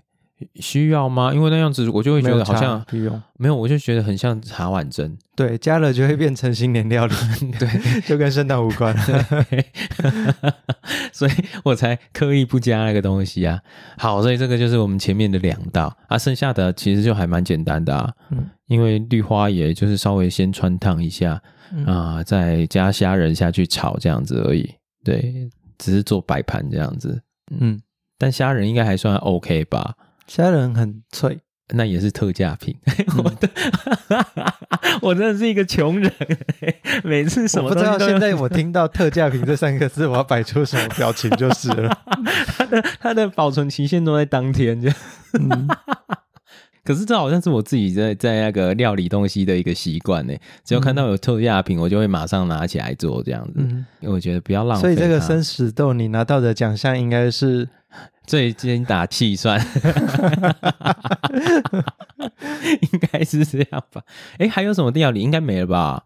Speaker 1: 需要吗？因为那样子我就会
Speaker 2: 嗯
Speaker 1: 觉
Speaker 2: 没有
Speaker 1: 得好
Speaker 2: 差啊
Speaker 1: 像
Speaker 2: 不用。
Speaker 1: 没有，我就觉得很像茶碗蒸。
Speaker 2: 对，加了就会变成新年料理，
Speaker 1: 对，
Speaker 2: 就跟圣诞无关。
Speaker 1: 所以我才刻意不加那个东西啊。好，所以这个就是我们前面的两道啊，剩下的其实就还蛮简单的啊。
Speaker 2: 嗯
Speaker 1: 因为绿花也就是稍微先穿烫一下，
Speaker 2: 嗯
Speaker 1: 啊、再加虾仁下去炒这样子而已。对，只是做摆盘这样子。
Speaker 2: 嗯，
Speaker 1: 但虾仁应该还算 OK 吧？
Speaker 2: 虾仁很脆，
Speaker 1: 那也是特价品。 我的，我真的是一个穷人，欸每次什
Speaker 2: 我
Speaker 1: 么
Speaker 2: 不
Speaker 1: 东
Speaker 2: 知道
Speaker 1: 西都
Speaker 2: 现
Speaker 1: 要
Speaker 2: 在我听到“特价品”这三个字，我要摆出什么表情就是了。
Speaker 1: 它的它的保存期限都在当天这样。
Speaker 2: 嗯
Speaker 1: 可是这好像是我自己在在那个料理东西的一个习惯呢，只要看到有特价品，我就会马上拿起来做这样子。
Speaker 2: 嗯，
Speaker 1: 因为我觉得不要浪费它。
Speaker 2: 所以这个生死斗你拿到的奖项应该是
Speaker 1: 最精打细算， 应该是这样吧？哎，还有什么料理？应该没了吧？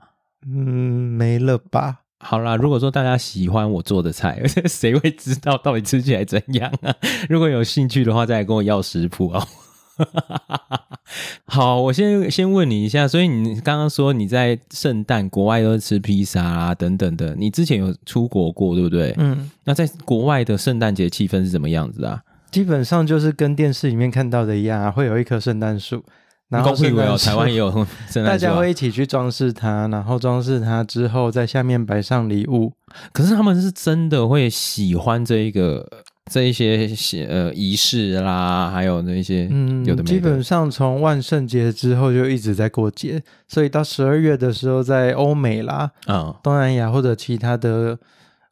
Speaker 2: 嗯没了吧？
Speaker 1: 好啦，如果说大家喜欢我做的菜， 谁会知道到底吃起来怎样啊？如果有兴趣的话，再来跟我要食谱哦。 好，我先先问你一下，所以你刚刚说你在圣诞国外都是吃披萨啊等等的，你之前有出国过对不对？
Speaker 2: 嗯，
Speaker 1: 那在国外的圣诞节气氛是怎么样子的啊？
Speaker 2: 基本上就是跟电视里面看到的一样啊，会有一棵圣诞树，然后
Speaker 1: 你公会
Speaker 2: 圣
Speaker 1: 以为
Speaker 2: 诞
Speaker 1: 哦，
Speaker 2: 树
Speaker 1: 台湾也 有圣
Speaker 2: 大
Speaker 1: 诞节
Speaker 2: 家
Speaker 1: 啊，
Speaker 2: 会一起去装饰它，然后装饰它之后，在下面摆上礼物。
Speaker 1: 可是他们是真的会喜欢这一个这一些呃仪式啦，还有那些
Speaker 2: 嗯，
Speaker 1: 有的没
Speaker 2: 基
Speaker 1: 的
Speaker 2: 本。上从万圣节之后就一直在过节，所以到十二月的时候，在欧美啦、
Speaker 1: 嗯，
Speaker 2: 东南亚或者其他的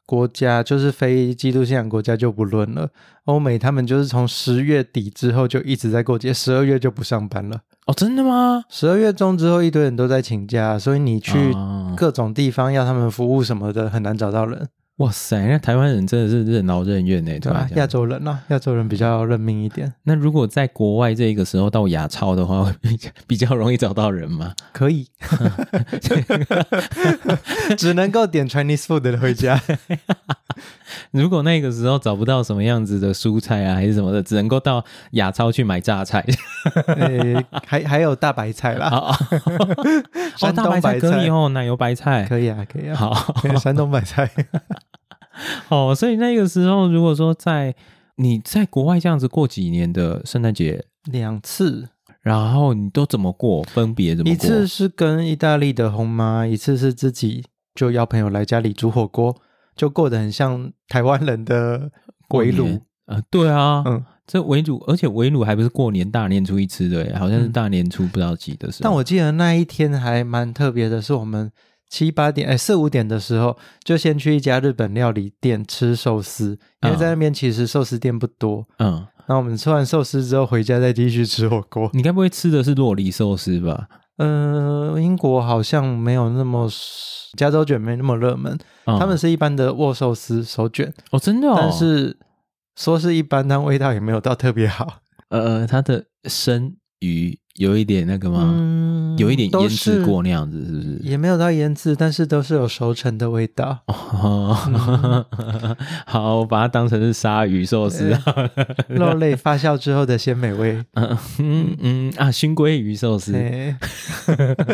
Speaker 2: 国家，就是非基督信仰国家就不论了。欧美他们就是从十月底之后就一直在过节，十二月就不上班了。
Speaker 1: 哦，真的吗？
Speaker 2: 十二月中之后，一堆人都在请假，所以你去
Speaker 1: 哦
Speaker 2: 各种地方要他们服务什么的，很难找到人，
Speaker 1: 哇塞，那台湾人真的是任劳任怨呢，
Speaker 2: 对吧、
Speaker 1: 吧？
Speaker 2: 亚洲人啊，亚洲人比较认命一点，
Speaker 1: 那如果在国外这个时候到亚超的话， 会比较比较容易找到人吗？
Speaker 2: 可 以，只能够点 Chinese food 回 家。
Speaker 1: 如果那个时候找不到什么样子的蔬菜啊，还是什么的，只能够到亚超去买榨 菜。
Speaker 2: 呃，还还有大白菜啦，
Speaker 1: 啊，哦，
Speaker 2: 山
Speaker 1: 大白菜
Speaker 2: 东白
Speaker 1: 可以
Speaker 2: 菜
Speaker 1: 哦，奶油白菜。
Speaker 2: 可以啊，可以啊，
Speaker 1: 好
Speaker 2: 山东白菜。
Speaker 1: 哦，所以那个时候，如果说在你在国外这样子过几年的圣诞节，
Speaker 2: 两次，
Speaker 1: 然后你都怎么过？分别怎么过？
Speaker 2: 一次是跟意大利的红妈，一次是自己就邀朋友来家里煮火锅，就过得很像台湾人的
Speaker 1: 过
Speaker 2: 围
Speaker 1: 年
Speaker 2: 炉。
Speaker 1: 啊、对啊，
Speaker 2: 嗯，
Speaker 1: 这围炉，而且围炉还不是过年大年初一吃的耶，好像是
Speaker 2: 嗯
Speaker 1: 大年初不知道几的时候。
Speaker 2: 但我记得那一天还蛮特别的，是我们七八点，哎，四五点的时候就先去一家日本料理店吃寿司，因为
Speaker 1: 嗯
Speaker 2: 在那边其实寿司店不多。
Speaker 1: 嗯，
Speaker 2: 然后我们吃完寿司之后回家再继续吃火锅。
Speaker 1: 你该不会吃的是洛梨寿司吧？
Speaker 2: 嗯、英国好像没有那么，加州卷没那么热门，
Speaker 1: 嗯、
Speaker 2: 他们是一般的握寿司手卷，
Speaker 1: 哦，真的哦，
Speaker 2: 但是说是一般，但味道也没有到特别好。
Speaker 1: 呃，它的生鱼有一点那个吗？
Speaker 2: 嗯
Speaker 1: 有一点
Speaker 2: 都
Speaker 1: 腌制
Speaker 2: 是
Speaker 1: 过那样子，是不是？
Speaker 2: 也没有到腌制，但是都是有熟成的味 道。
Speaker 1: 哦， 好，我把它当成是鲨鱼寿司好了。
Speaker 2: 肉类发酵之后的鲜美味。
Speaker 1: 嗯嗯嗯啊，熏鲑鱼寿司。
Speaker 2: 对，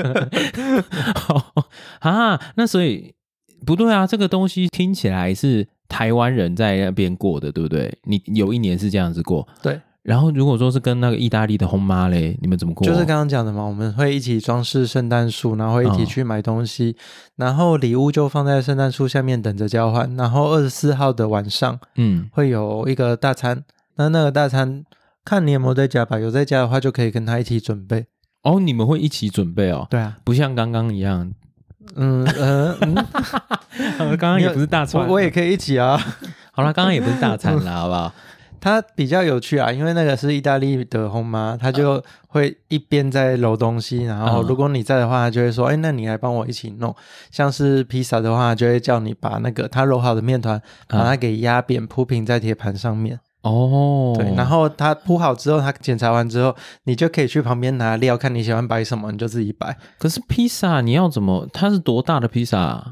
Speaker 1: 好啊，那所以不对啊，这个东西听起来是台湾人在那边过的，对不对？你有一年是这样子过，
Speaker 2: 对。
Speaker 1: 然后如果说是跟那个意大利的红妈嘞，你们怎么过？
Speaker 2: 就是刚刚讲的嘛，我们会一起装饰圣诞树，然后会一
Speaker 1: 嗯
Speaker 2: 起去买东西，然后礼物就放在圣诞树下面等着交换。然后二十四号的晚上
Speaker 1: 嗯，
Speaker 2: 会有一个大餐，那那个大餐看你有没有在家吧，有在家的话就可以跟他一起准备。
Speaker 1: 哦，你们会一起准备哦，
Speaker 2: 对啊，
Speaker 1: 不像刚刚一 样，
Speaker 2: 嗯呃，嗯
Speaker 1: 刚刚也不是大餐，
Speaker 2: 我我也可以一起啊。
Speaker 1: 好啦，刚刚也不是大餐啦，好不好？
Speaker 2: 它比较有趣啊，因为那个是意大利的烘妈，她就会一边在揉东西，然后
Speaker 1: 嗯
Speaker 2: 如果你在的话，她就会说：“哎、那你来帮我一起弄。”像是披萨的话，她就会叫你把那个她揉好的面团，把它给压扁，铺平在铁盘上面。
Speaker 1: 哦，
Speaker 2: 对，然后她铺好之后，她检查完之后，你就可以去旁边拿料，看你喜欢摆什么，你就自己摆。
Speaker 1: 可是披萨你要怎么？它是多大的披萨啊、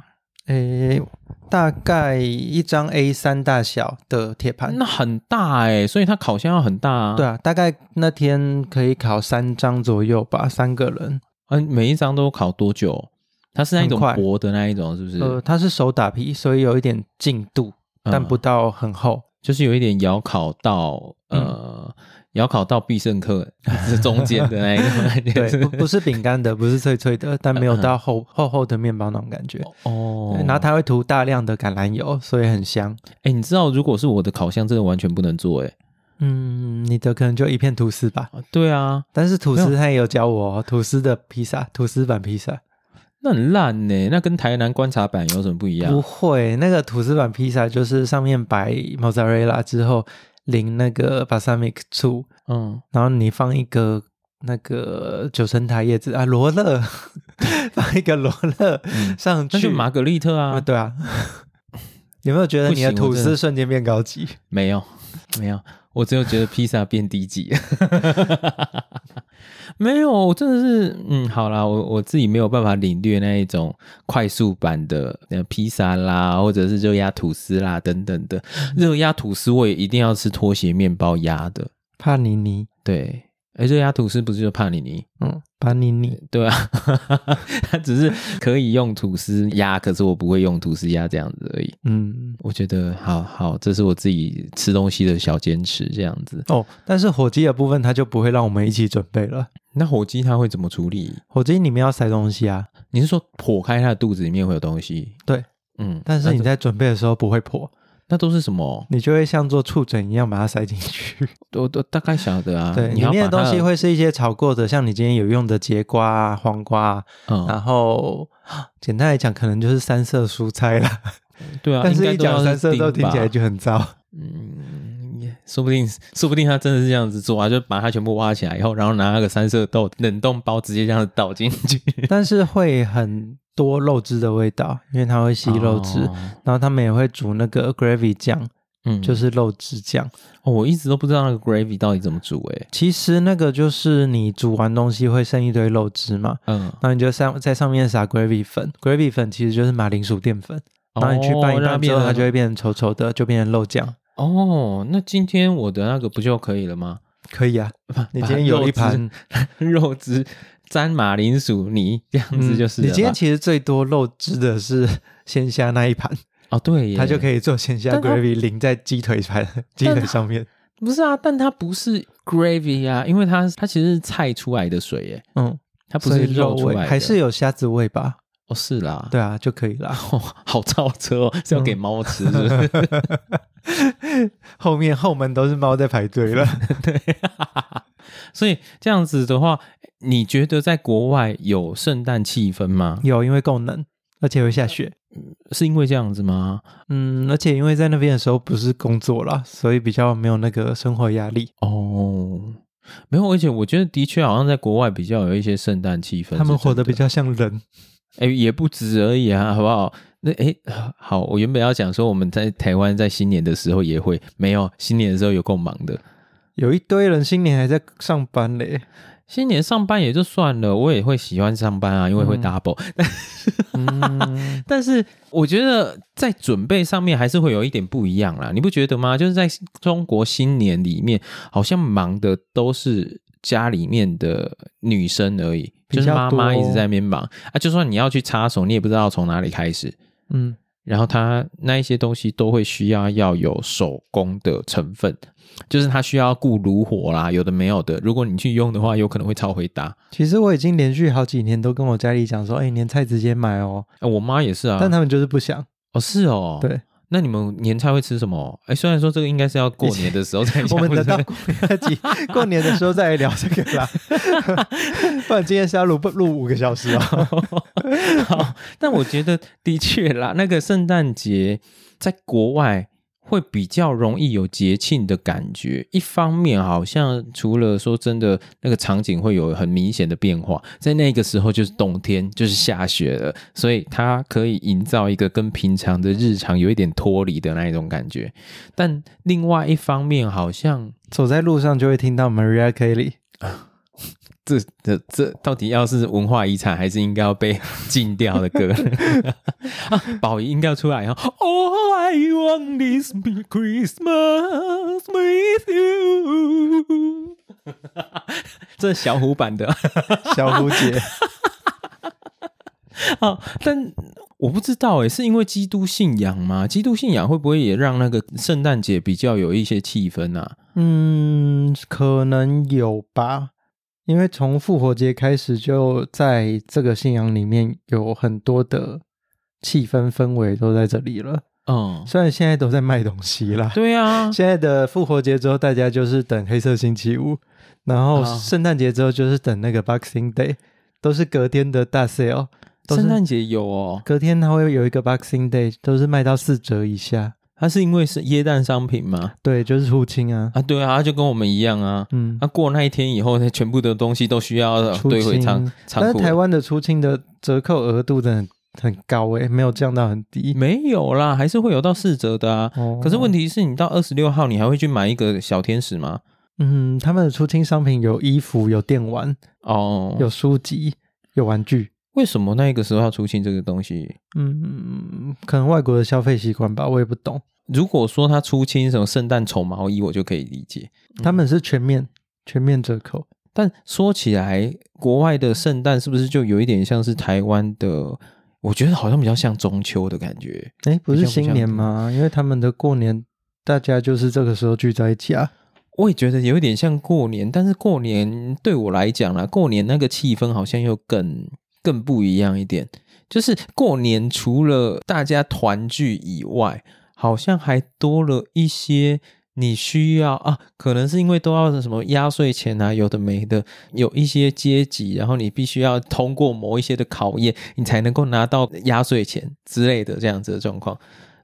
Speaker 2: 诶、大概一张 A 三大小的铁盘。
Speaker 1: 那很大哎、所以它烤箱要很大啊。
Speaker 2: 对啊，大概那天可以烤三张左右吧，三个人。
Speaker 1: 嗯，每一张都烤多久？它是那一种
Speaker 2: 很快
Speaker 1: 薄的那一种，是不是？
Speaker 2: 呃，它是手打皮，所以有一点进度，
Speaker 1: 嗯
Speaker 2: 但不到很厚。
Speaker 1: 就是有一点窑烤到
Speaker 2: 嗯
Speaker 1: 呃，窑、烤到必胜客是中间的那一 种感觉， 是
Speaker 2: 对，
Speaker 1: 不
Speaker 2: 不不是饼 干的，不是脆脆的，但没有到厚厚厚的面包那种感觉。
Speaker 1: 是嗯哦
Speaker 2: 对然后它会涂大量的橄榄油，所以很香。
Speaker 1: 哎、你知道，如果是我的烤箱，真的完全不能做哎、
Speaker 2: 嗯，你的可能就一片吐司吧，
Speaker 1: 啊对啊，
Speaker 2: 但是吐
Speaker 1: 没
Speaker 2: 司他也有教我、哦、吐司的披萨，吐司版披萨
Speaker 1: 那很烂呢、那跟台南观察版有什么不一样
Speaker 2: 不？会，那个吐司版披萨就是上面摆 mozzarella 之后淋那个 balsamic 醋，
Speaker 1: 嗯，
Speaker 2: 然后你放一个那个九层塔叶子啊，罗勒，放一个罗勒
Speaker 1: 嗯
Speaker 2: 上
Speaker 1: 那
Speaker 2: 去
Speaker 1: 就玛格丽特
Speaker 2: 啊，
Speaker 1: 啊，
Speaker 2: 对啊。有没有觉得
Speaker 1: 不
Speaker 2: 你的
Speaker 1: 行我
Speaker 2: 吐
Speaker 1: 真的
Speaker 2: 司瞬间变高级？
Speaker 1: 没有，没有，我只有觉得披萨变低级。没有，我真的是，嗯，好啦，我我自己没有办法领略那一种快速版的呃披萨啦，或者是热压吐司啦等等的。热压吐司我也一定要吃拖鞋面包压的，
Speaker 2: 帕尼尼
Speaker 1: 对，哎，热压吐司不是就帕尼尼？
Speaker 2: 嗯，巴尼尼，
Speaker 1: 对啊， 它只是可以用吐司压，可是我不会用吐司压这样子而已。
Speaker 2: 嗯，
Speaker 1: 我觉得好好，这是我自己吃东西的小坚持，这样子。
Speaker 2: 哦，但是火鸡的部分它就不会让我们一起准备了。
Speaker 1: 那火鸡它会怎么处理？
Speaker 2: 火鸡里面要塞东西啊，
Speaker 1: 你是说剖开它的肚子里面会有东西？
Speaker 2: 对，
Speaker 1: 嗯，
Speaker 2: 但是
Speaker 1: 那
Speaker 2: 你
Speaker 1: 都
Speaker 2: 在准备的时候不会破，
Speaker 1: 那都是什么？
Speaker 2: 你就会像做触诊一样把它塞进去。
Speaker 1: 我都大概晓得啊。
Speaker 2: 对，
Speaker 1: 你
Speaker 2: 里
Speaker 1: 要
Speaker 2: 面的
Speaker 1: 把
Speaker 2: 东
Speaker 1: 它
Speaker 2: 西会是一些炒过的，像你今天有用的节瓜啊、黄瓜啊，
Speaker 1: 嗯，
Speaker 2: 然后 简单来讲，可能就是三色蔬菜啦。
Speaker 1: 对啊。
Speaker 2: 但
Speaker 1: 应该
Speaker 2: 是一
Speaker 1: 都要
Speaker 2: 讲
Speaker 1: 是
Speaker 2: 三色豆，
Speaker 1: 丁
Speaker 2: 听起来
Speaker 1: 吧
Speaker 2: 就很糟。
Speaker 1: 嗯，也说不定，说不定他真的是这样子做啊，就把它全部挖起来以后，然后拿那个三色豆冷冻包直接这样子倒进去，
Speaker 2: 但是会很多肉汁的味道，因为它会吸肉汁。
Speaker 1: 哦
Speaker 2: 然后他们也会煮那个 gravy 酱，
Speaker 1: 嗯，
Speaker 2: 就
Speaker 1: 就是、
Speaker 2: 是肉汁酱。
Speaker 1: 哦、我一直都不知道那个 gravy 到底怎么煮、欸，
Speaker 2: 其实那个就是你煮完东西会剩一堆肉汁嘛，
Speaker 1: 嗯，
Speaker 2: 然后你就上在上面撒 gravy 粉，gravy 粉其实就是马铃薯淀粉，然后你去拌一
Speaker 1: 哦让
Speaker 2: 拌之
Speaker 1: 变
Speaker 2: 后，它
Speaker 1: 得
Speaker 2: 就会变成稠稠的，就变成肉酱。
Speaker 1: 哦，那今天我的那个不就可以了吗？
Speaker 2: 可以啊，你今天有一盘
Speaker 1: 肉汁沾马铃薯泥，这样子就是
Speaker 2: 嗯
Speaker 1: 了
Speaker 2: 你
Speaker 1: 吧、
Speaker 2: 今天其实最多肉汁的是 鲜虾那一盘，
Speaker 1: 哦，对耶，
Speaker 2: 它就可以做鲜虾
Speaker 1: 但它
Speaker 2: gravy 淋在鸡腿盘、鸡腿上面。
Speaker 1: 不是啊，但它不是 gravy 啊，因为它它其实是菜出来的水，耶，
Speaker 2: 嗯，
Speaker 1: 它不
Speaker 2: 所
Speaker 1: 是
Speaker 2: 以肉
Speaker 1: 出
Speaker 2: 味
Speaker 1: 来的，
Speaker 2: 还是有虾子味吧？
Speaker 1: 哦是啦，
Speaker 2: 对嗯啊，就可以啦。
Speaker 1: 哦，好超车哦，是要给猫吃是不是？
Speaker 2: 后面后门都是猫在排 队了。
Speaker 1: 所以这样子的话，你觉得在国外有圣诞气氛吗？
Speaker 2: 有，因为够冷，而且会下雪。
Speaker 1: 是因为这样子吗？
Speaker 2: 嗯，而且因为在那边的时候不是工作啦，所以比较没有那个生活压力。
Speaker 1: 哦，没有，而且我觉得的确好像在国外比较有一些圣诞气氛，
Speaker 2: 他们活
Speaker 1: 得
Speaker 2: 得比较像人。
Speaker 1: 哎、也不止而已啊，好不好？那哎、好，我原本要讲说我们在台湾在新年的时候也会没有，新年的时候有够忙的，
Speaker 2: 有一堆人新年还在上班 嘞。
Speaker 1: 新年上班也就算了，我也会喜欢上班啊，因为会
Speaker 2: 嗯
Speaker 1: double，、
Speaker 2: 嗯，
Speaker 1: 但是我觉得在准备上面还是会有一点不一样啦，你不觉得吗？就是在中国新年里面，好像忙的都是家里面的女生而已，
Speaker 2: 比
Speaker 1: 就
Speaker 2: 较
Speaker 1: 是妈妈
Speaker 2: 多
Speaker 1: 一直在那边忙啊。就算你要去插手，你也不知道从哪里开始。
Speaker 2: 嗯，
Speaker 1: 然后它那一些东西都会需要要有手工的成分，就是它需要顾炉火啦，有的没有的。如果你去用的话，有可能会超回答。
Speaker 2: 其实我已经连续好几年都跟我家里讲说，哎、年菜直接买哦，
Speaker 1: 哎我妈也是啊，
Speaker 2: 但他们就是不想。
Speaker 1: 哦是哦，
Speaker 2: 对。
Speaker 1: 那你们年菜会吃什么？哎，虽然说这个应该是要过年的时候再讲，
Speaker 2: 我们等到
Speaker 1: 不是
Speaker 2: 过年几过年的时候再来聊这个啦， 不然今天是要录不录五个小时 啊？
Speaker 1: 好，但我觉得的确啦，那个圣诞节在国外会比较容易有节庆的感觉。一方面，好像除了说真的那个场景会有很明显的变化，在那个时候就是冬天，就是下雪了，所以它可以营造一个跟平常的日常有一点脱离的那一种感觉。但另外一方面，好像
Speaker 2: 走在路上就会听到 Maria Carey，
Speaker 1: 这这这到底要是文化遗产，还是应该要被 禁掉的歌 啊？宝仪应该要出来哦。All I want is be Christmas with you 。 这是小虎版 的
Speaker 2: 小蝴 蝶。
Speaker 1: 啊，但我不知道诶，欸是因为基督信仰吗？基督信仰会不会也让那个圣诞节比较有一些气氛啊？
Speaker 2: 嗯，可能有吧，因为从复活节开始，就在这个信仰里面有很多的气氛氛围都在这里了。
Speaker 1: 嗯，
Speaker 2: 虽然现在都在卖东西啦，
Speaker 1: 对啊，
Speaker 2: 现在的复活节之后，大家就是等黑色星期五，然后
Speaker 1: 啊
Speaker 2: 圣诞节之后就是等那个 Boxing Day，都是隔天的大 sale，都是
Speaker 1: 圣诞节有哦，
Speaker 2: 隔天它会有一个 Boxing Day，都是卖到四折以下。
Speaker 1: 它是因为是耶诞商品吗？
Speaker 2: 对，就是父亲啊，
Speaker 1: 啊，对啊，它就跟我们一样啊。
Speaker 2: 嗯
Speaker 1: 那、，过那一天以后，那全部的东西都需要
Speaker 2: 出
Speaker 1: 兑回
Speaker 2: 清
Speaker 1: 仓
Speaker 2: 但
Speaker 1: 仓
Speaker 2: 是
Speaker 1: 库。
Speaker 2: 台湾的出清的折扣额度真的很很高诶、没有降到很低。
Speaker 1: 没有啦，还是会有到四折的啊。
Speaker 2: 哦
Speaker 1: 可是问，题是你到二十六号，你还会去买一个小天使吗？
Speaker 2: 嗯，他们的出清商品有衣服、有电玩、
Speaker 1: 哦，
Speaker 2: 有书籍、有玩具。
Speaker 1: 为什么那个时候要出清这个东西？
Speaker 2: 嗯，可能外国的消费习惯吧，我也不懂。
Speaker 1: 如果说他出清什么圣诞丑毛衣，我就可以理解。
Speaker 2: 他们是全面全面折扣，
Speaker 1: 但说起来，国外的圣诞是不是就有一点像是台湾的？我觉得好像比较像中秋的感觉。
Speaker 2: 哎，不
Speaker 1: 比
Speaker 2: 是
Speaker 1: 较不像
Speaker 2: 新年吗？因为他们的过年，大家就是这个时候聚在一起啊。
Speaker 1: 我也觉得有一点像过年，但是过年对我来讲啦，过年那个气氛好像又更更不一样一点。就是过年除了大家团聚以外，好像还多了一些你需要啊，可能是因为都要什么压岁钱啊，有的没的，有一些阶级，然后你必须要通过某一些的考验，你才能够拿到压岁钱之类的这样子的状况。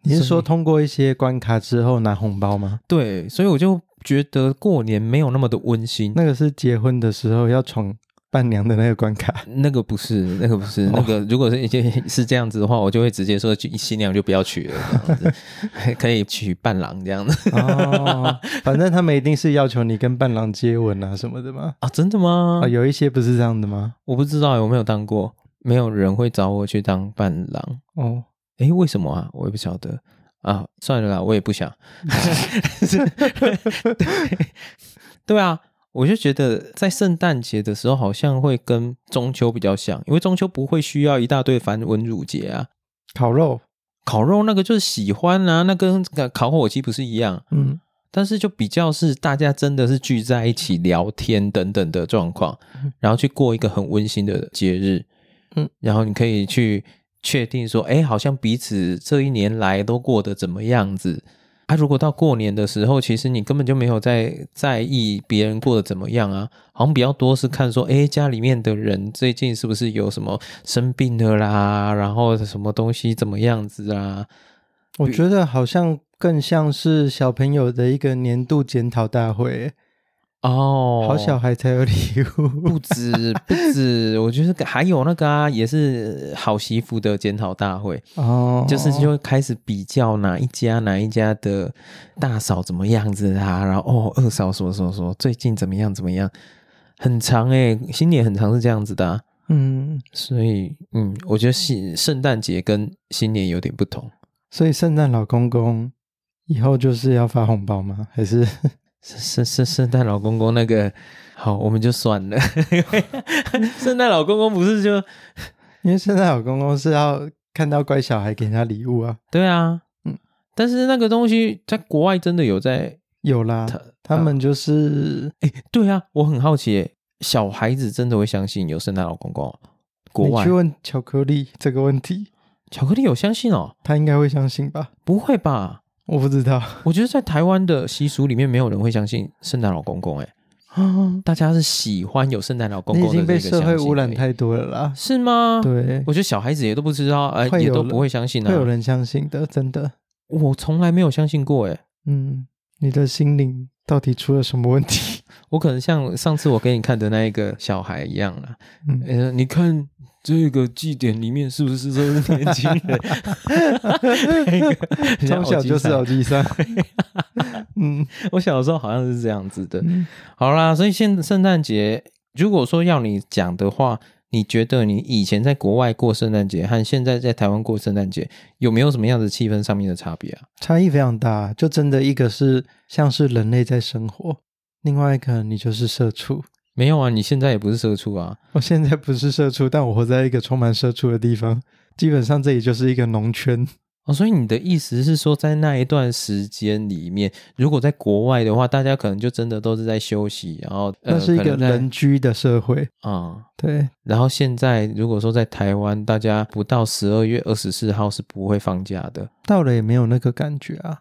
Speaker 2: 你是
Speaker 1: 所以
Speaker 2: 说通过一些关卡之后拿红包吗？
Speaker 1: 对，所以我就觉得过年没有那么的温馨。
Speaker 2: 那个是结婚的时候要闯伴娘的那个关卡。
Speaker 1: 那个不是，那个不是，那个如果是已经是这样子的话，我就会直接说去新娘就不要娶了，这样子 可以娶伴郎这样子
Speaker 2: 哦， 反正他们一定是要求你跟伴郎接吻啊什么的嘛。
Speaker 1: 啊？真的吗
Speaker 2: 啊、？有一些不是这样的吗？
Speaker 1: 我不知道欸，我没有当过，没有人会找我去当伴郎。
Speaker 2: 哦，
Speaker 1: 诶，为什么啊？我也不晓得啊。算了啦，我也不想。 对啊，我就觉得在圣诞节的时候，好像会跟中秋比较像，因为中秋不会需要一大堆繁文缛节啊。
Speaker 2: 烤肉，
Speaker 1: 烤肉那个就是喜欢啊，那跟烤火鸡不是一样，
Speaker 2: 嗯，
Speaker 1: 但是就比较是大家真的是聚在一起聊天等等的状况
Speaker 2: 嗯，
Speaker 1: 然后去过一个很温馨的节日，
Speaker 2: 嗯，
Speaker 1: 然后你可以去确定说，哎，好像彼此这一年来都过得怎么样子。啊，如果到过年的时候，其实你根本就没有在在意别人过得怎么样啊，好像比较多是看说，哎，家里面的人最近是不是有什么生病了啦，然后什么东西怎么样子啊，
Speaker 2: 我觉得好像更像是小朋友的一个年度检讨大会，
Speaker 1: 哦，
Speaker 2: 好小孩才有礼物。
Speaker 1: 不止不止，我觉得还有那个啊，也是好媳妇的检讨大会，
Speaker 2: 哦，
Speaker 1: 就是就会开始比较哪一家哪一家的大嫂怎么样子啊，然后哦二嫂什么什么什么，最近怎么样怎么样，很长哎、新年很长是这样子的、啊，
Speaker 2: 嗯，
Speaker 1: 所以嗯，我觉得是圣诞节跟新年有点不同。
Speaker 2: 所以圣诞老公公以后就是要发红包吗？还是
Speaker 1: 圣圣圣圣诞老公公那个好，我们就算了。 圣诞老公公不是就
Speaker 2: 因为圣诞老公公是要看到乖小孩给他礼物啊？
Speaker 1: 对啊，嗯
Speaker 2: 嗯，
Speaker 1: 但是那个东西在国外真的有在，
Speaker 2: 有啦，
Speaker 1: 他呃
Speaker 2: 他们就是哎
Speaker 1: 对啊，我很好奇耶，小孩子真的会相信有圣诞老公公哦？国
Speaker 2: 你
Speaker 1: 外
Speaker 2: 去问巧克力这个问题，
Speaker 1: 巧克力有相信哦？
Speaker 2: 他应该会相信吧？
Speaker 1: 不会吧？
Speaker 2: 我不知道，
Speaker 1: 我觉得在台湾的习俗里面，没有人会相信圣诞老公 公，哎，大家是喜欢有圣诞老公
Speaker 2: 你
Speaker 1: 公
Speaker 2: 已
Speaker 1: 的这
Speaker 2: 经
Speaker 1: 个
Speaker 2: 被社会
Speaker 1: 相信
Speaker 2: 污染
Speaker 1: 而已
Speaker 2: 太多了啦。
Speaker 1: 是吗？，
Speaker 2: 对，
Speaker 1: 我觉得小孩子也都不知道，哎、
Speaker 2: 会
Speaker 1: 也
Speaker 2: 有
Speaker 1: 都
Speaker 2: 人
Speaker 1: 不会相信
Speaker 2: 会有
Speaker 1: 啊。
Speaker 2: 人相信的，真的。
Speaker 1: 我从来没有相信过，哎，
Speaker 2: 嗯，你的心灵到底出了什么问题？
Speaker 1: 我可能像上次我给你看的那一个小孩一样啦，
Speaker 2: 嗯，
Speaker 1: 呃，你看这个祭典里面是不是都是年轻 人？ 那个
Speaker 2: 从小就是
Speaker 1: 像
Speaker 2: 耳机上。嗯
Speaker 1: 我小时候好像是这样子的。
Speaker 2: 嗯，
Speaker 1: 好啦，所以现圣诞节，如果说要你讲的话，你觉得你以前在国外过圣诞节和现在在台湾过圣诞节有没有什么样的气氛上面的差别啊？
Speaker 2: 差异非常大，就真的一个是像是人类在生活，另外一个你就是社畜。
Speaker 1: 没有啊，你现在也不是社畜啊。
Speaker 2: 我现在不是社畜，但我活在一个充满社畜的地方，基本上这里就是一个农圈。
Speaker 1: 哦，所以你的意思是说，在那一段时间里面，如果在国外的话，大家可能就真的都是在休息，然后、呃、
Speaker 2: 那是一个
Speaker 1: 可能在
Speaker 2: 人居的社会。
Speaker 1: 啊、
Speaker 2: 对，
Speaker 1: 然后现在如果说在台湾，大家不到十二月二十四号是不会放假的。
Speaker 2: 到了也没有那个感觉啊。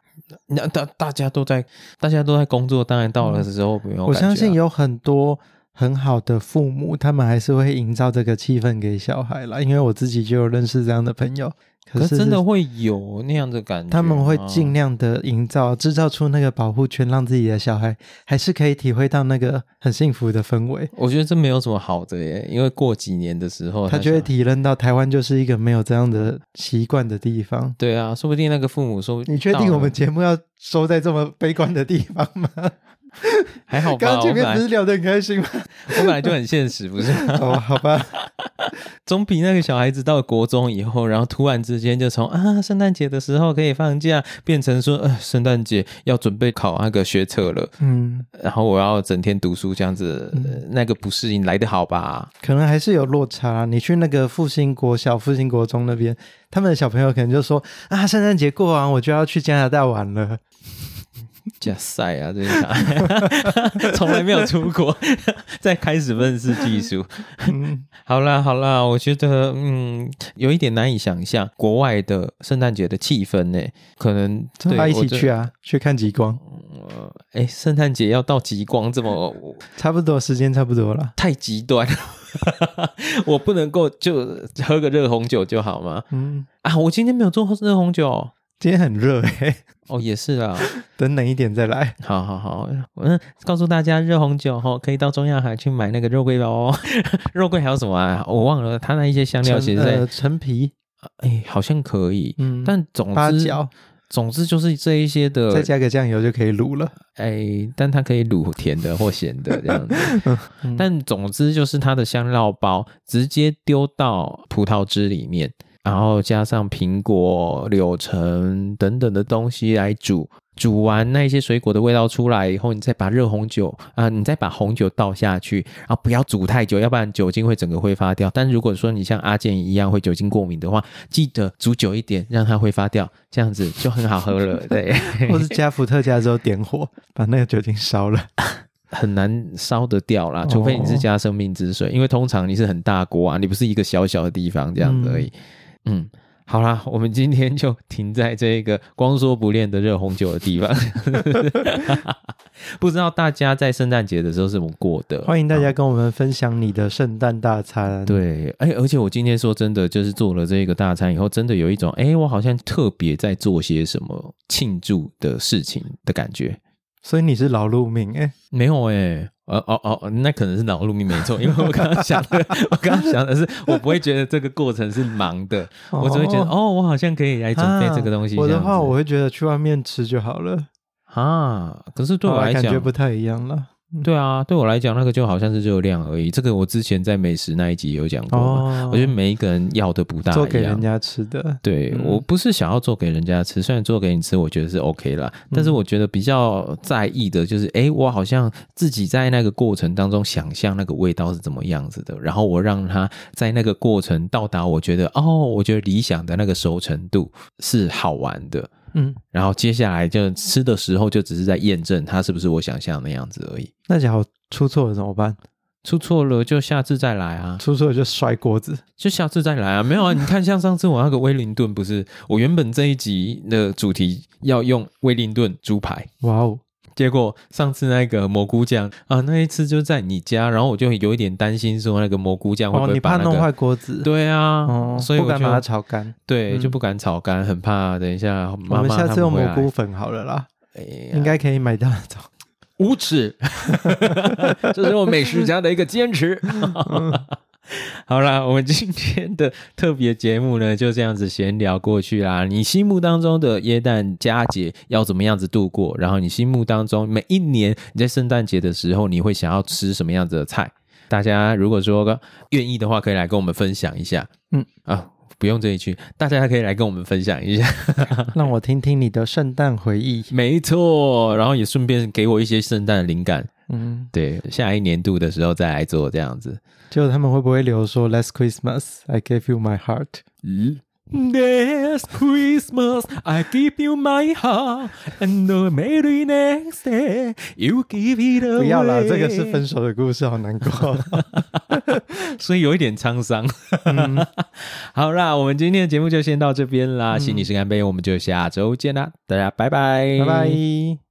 Speaker 1: 那大大家都在大家都在工作，当然到了的时候没有、
Speaker 2: 嗯
Speaker 1: 啊
Speaker 2: 我相信，有很多很好的父母，他们还是会营造这个气氛给小孩啦。因为我自己就有认识这样的朋友，
Speaker 1: 可
Speaker 2: 可
Speaker 1: 是
Speaker 2: 是
Speaker 1: 真的会有那样的感觉吗。啊
Speaker 2: 他们会
Speaker 1: 哦
Speaker 2: 尽量的营造、制造出那个保护圈，让自己的小孩还是可以体会到那个很幸福的氛围。
Speaker 1: 我觉得这没有什么好的耶，因为过几年的时候
Speaker 2: 他就
Speaker 1: 觉
Speaker 2: 会
Speaker 1: 得
Speaker 2: 体认到台湾就是一个没有这样的习惯的地方。
Speaker 1: 对啊，说不定那个父母说，
Speaker 2: 你确定我们节目要收在这么悲观的地方吗？
Speaker 1: 还好吧？
Speaker 2: 刚刚
Speaker 1: 我
Speaker 2: 前
Speaker 1: 本
Speaker 2: 面
Speaker 1: 来
Speaker 2: 不是聊得很开心吗？
Speaker 1: 我本来就很现实，不是吗？
Speaker 2: 哦，好吧，
Speaker 1: 总比那个小孩子到国中以后，然后突然之间就从啊圣诞节的时候可以放假，变成说呃圣诞节要准备考那个学测了，
Speaker 2: 嗯，
Speaker 1: 然后我要整天读书这样子，呃那个不适应来得好吧？
Speaker 2: 可能还是有落差。你去那个复兴国小、复兴国中那边，他们的小朋友可能就说啊，圣诞节过完我就要去加拿大玩了。
Speaker 1: 加塞啊，这些小孩 从来没有出国， 再开始认识技术。
Speaker 2: 嗯，
Speaker 1: 好啦好啦，我觉得嗯，有一点难以想象国外的圣诞节的气氛呢，可能对
Speaker 2: 他一起去
Speaker 1: 啊。
Speaker 2: 啊，去看极光，
Speaker 1: 哎，圣诞节要到极光这么
Speaker 2: 差不多时间差不多了。
Speaker 1: 太极端， 我不能够就喝个热红酒就好吗？
Speaker 2: 嗯，
Speaker 1: 啊，我今天没有做热红酒。
Speaker 2: 今天很热 诶、
Speaker 1: 哦，也是啦，
Speaker 2: 等冷一点再来。
Speaker 1: 好好好，嗯，告诉大家，热红酒哈、哦，可以到中亚海去买那个肉桂哦， 肉桂还有什么啊？我忘了，它那一些香料
Speaker 2: 陈
Speaker 1: 其实在，哎、
Speaker 2: 呃陈皮，
Speaker 1: 好像可以，
Speaker 2: 嗯，
Speaker 1: 但总
Speaker 2: 八
Speaker 1: 之，
Speaker 2: 角，
Speaker 1: 总之就是这一些的
Speaker 2: 再，加个酱油就可以卤了。
Speaker 1: 哎，但它可以卤甜的或咸的这样子，
Speaker 2: 嗯
Speaker 1: 但总之就是它的香料包直接丢到葡萄汁里面，然后加上苹果、柳橙等等的东西来煮。煮完那些水果的味道出来以后，你再把热红酒啊、你再把红酒倒下去，然后不要煮太久，要不然酒精会整个挥发掉。但如果说你像阿健一样会酒精过敏的话，记得煮久一点，让它挥发掉，这样子就很好喝了。对，
Speaker 2: 或是加伏特加之后点 火，把那个酒精烧了。
Speaker 1: 很难烧得掉
Speaker 2: 哦
Speaker 1: 啦，除非你是加生命之水，因为通常你是很大锅啊，你不是一个小小的地方这样子而已。嗯好啦，我们今天就停在这个光说不练的热红酒的地方。 不知道大家在圣诞节的时候是怎么过的？
Speaker 2: 欢迎大
Speaker 1: 啊
Speaker 2: 家跟我们分享你的圣诞大餐。，
Speaker 1: 对，哎、而且我今天说真的，就是做了这个大餐以后，真的有一种哎、我好像特别在做些什么庆祝的事情的感觉。
Speaker 2: 所以你是劳碌命哎、
Speaker 1: 没有哎、呃哦哦，哦那可能是脑路命没错，因为我刚刚想的， 我刚刚想的是，我不会觉得这个过程是忙 的，我只会觉得哦，我好像可以来准备这个东西。
Speaker 2: 啊我
Speaker 1: 这样
Speaker 2: 的话，
Speaker 1: 子
Speaker 2: 我会觉得去外面吃就好了。
Speaker 1: 啊，可是对
Speaker 2: 好
Speaker 1: 我
Speaker 2: 啦
Speaker 1: 来
Speaker 2: 感觉
Speaker 1: 讲，
Speaker 2: 不太一样了。
Speaker 1: 对啊，对我来讲，那个就好像是热量而已。这个我之前在美食那一集有讲过嘛，
Speaker 2: 哦，
Speaker 1: 我觉得每一个人要的不大
Speaker 2: 做
Speaker 1: 一
Speaker 2: 给
Speaker 1: 样
Speaker 2: 人。家吃的，
Speaker 1: 对、
Speaker 2: 嗯
Speaker 1: 我不是想要做给人家吃，虽然做给你吃，我觉得是 OK 啦，但是我觉得比较在意的就是，诶，我好像自己在那个过程当中想象那个味道是怎么样子的，然后我让它在那个过程到达我觉得哦，我觉得理想的那个熟成度是好玩的，
Speaker 2: 嗯，
Speaker 1: 然后接下来就吃的时候就只是在验证它是不是我想象的那样子而已。
Speaker 2: 那假如出错了怎么办？
Speaker 1: 出错了就下次再来啊，
Speaker 2: 出错了就摔锅子。
Speaker 1: 就下次再来啊！没 有啊，你看像上次我那个威灵顿，不是我原本这一集的主题要用威灵顿猪排，
Speaker 2: 哇哦，
Speaker 1: 结果上次那个蘑菇酱啊，那一次就在你家，然后我就有一点担心说那个蘑菇酱会不
Speaker 2: 哦，
Speaker 1: 会
Speaker 2: 你
Speaker 1: 把
Speaker 2: 怕
Speaker 1: 那
Speaker 2: 弄
Speaker 1: 个。
Speaker 2: 坏锅子？，
Speaker 1: 对啊，
Speaker 2: 哦，
Speaker 1: 所以
Speaker 2: 不
Speaker 1: 我
Speaker 2: 敢把它
Speaker 1: 就
Speaker 2: 炒干。
Speaker 1: 对
Speaker 2: 嗯
Speaker 1: 就不敢炒干，很怕等一下
Speaker 2: 我
Speaker 1: 妈
Speaker 2: 们
Speaker 1: 妈
Speaker 2: 下
Speaker 1: 他
Speaker 2: 次用
Speaker 1: 会
Speaker 2: 蘑
Speaker 1: 来
Speaker 2: 菇粉好了啦，
Speaker 1: 哎呀
Speaker 2: 应该可以买到那种。
Speaker 1: 无耻， 这是我美食家的一个坚持。 好啦，我们今天的特别节目呢，就这样子闲聊过去啦。你心目当中的耶诞佳节要怎么样子度过？然后你心目当中每一年你在圣诞节的时候，你会想要吃什么样子的菜？大家如果说愿意的话，可以来跟我们分享一下。
Speaker 2: 嗯
Speaker 1: 啊，不用这一句，大家可以来跟我们分享一下。
Speaker 2: 让我听听你的圣诞回忆。
Speaker 1: 没错，然后也顺便给我一些圣诞灵感。
Speaker 2: 嗯，
Speaker 1: 对，下一年度的时候再来做这样子。
Speaker 2: 就他们会不会留说 “Last Christmas I gave you my heart”？
Speaker 1: 嗯。This Christmas, I give you my heart, and the merry next day, you give it away。
Speaker 2: 不要啦，这个是分，手的故事，好难 过。
Speaker 1: 所以有一点沧桑。嗯 好啦，我们今天的嗯节目就先到这边啦，心理师干杯，我们就下周见啦，大家拜拜，
Speaker 2: 拜拜。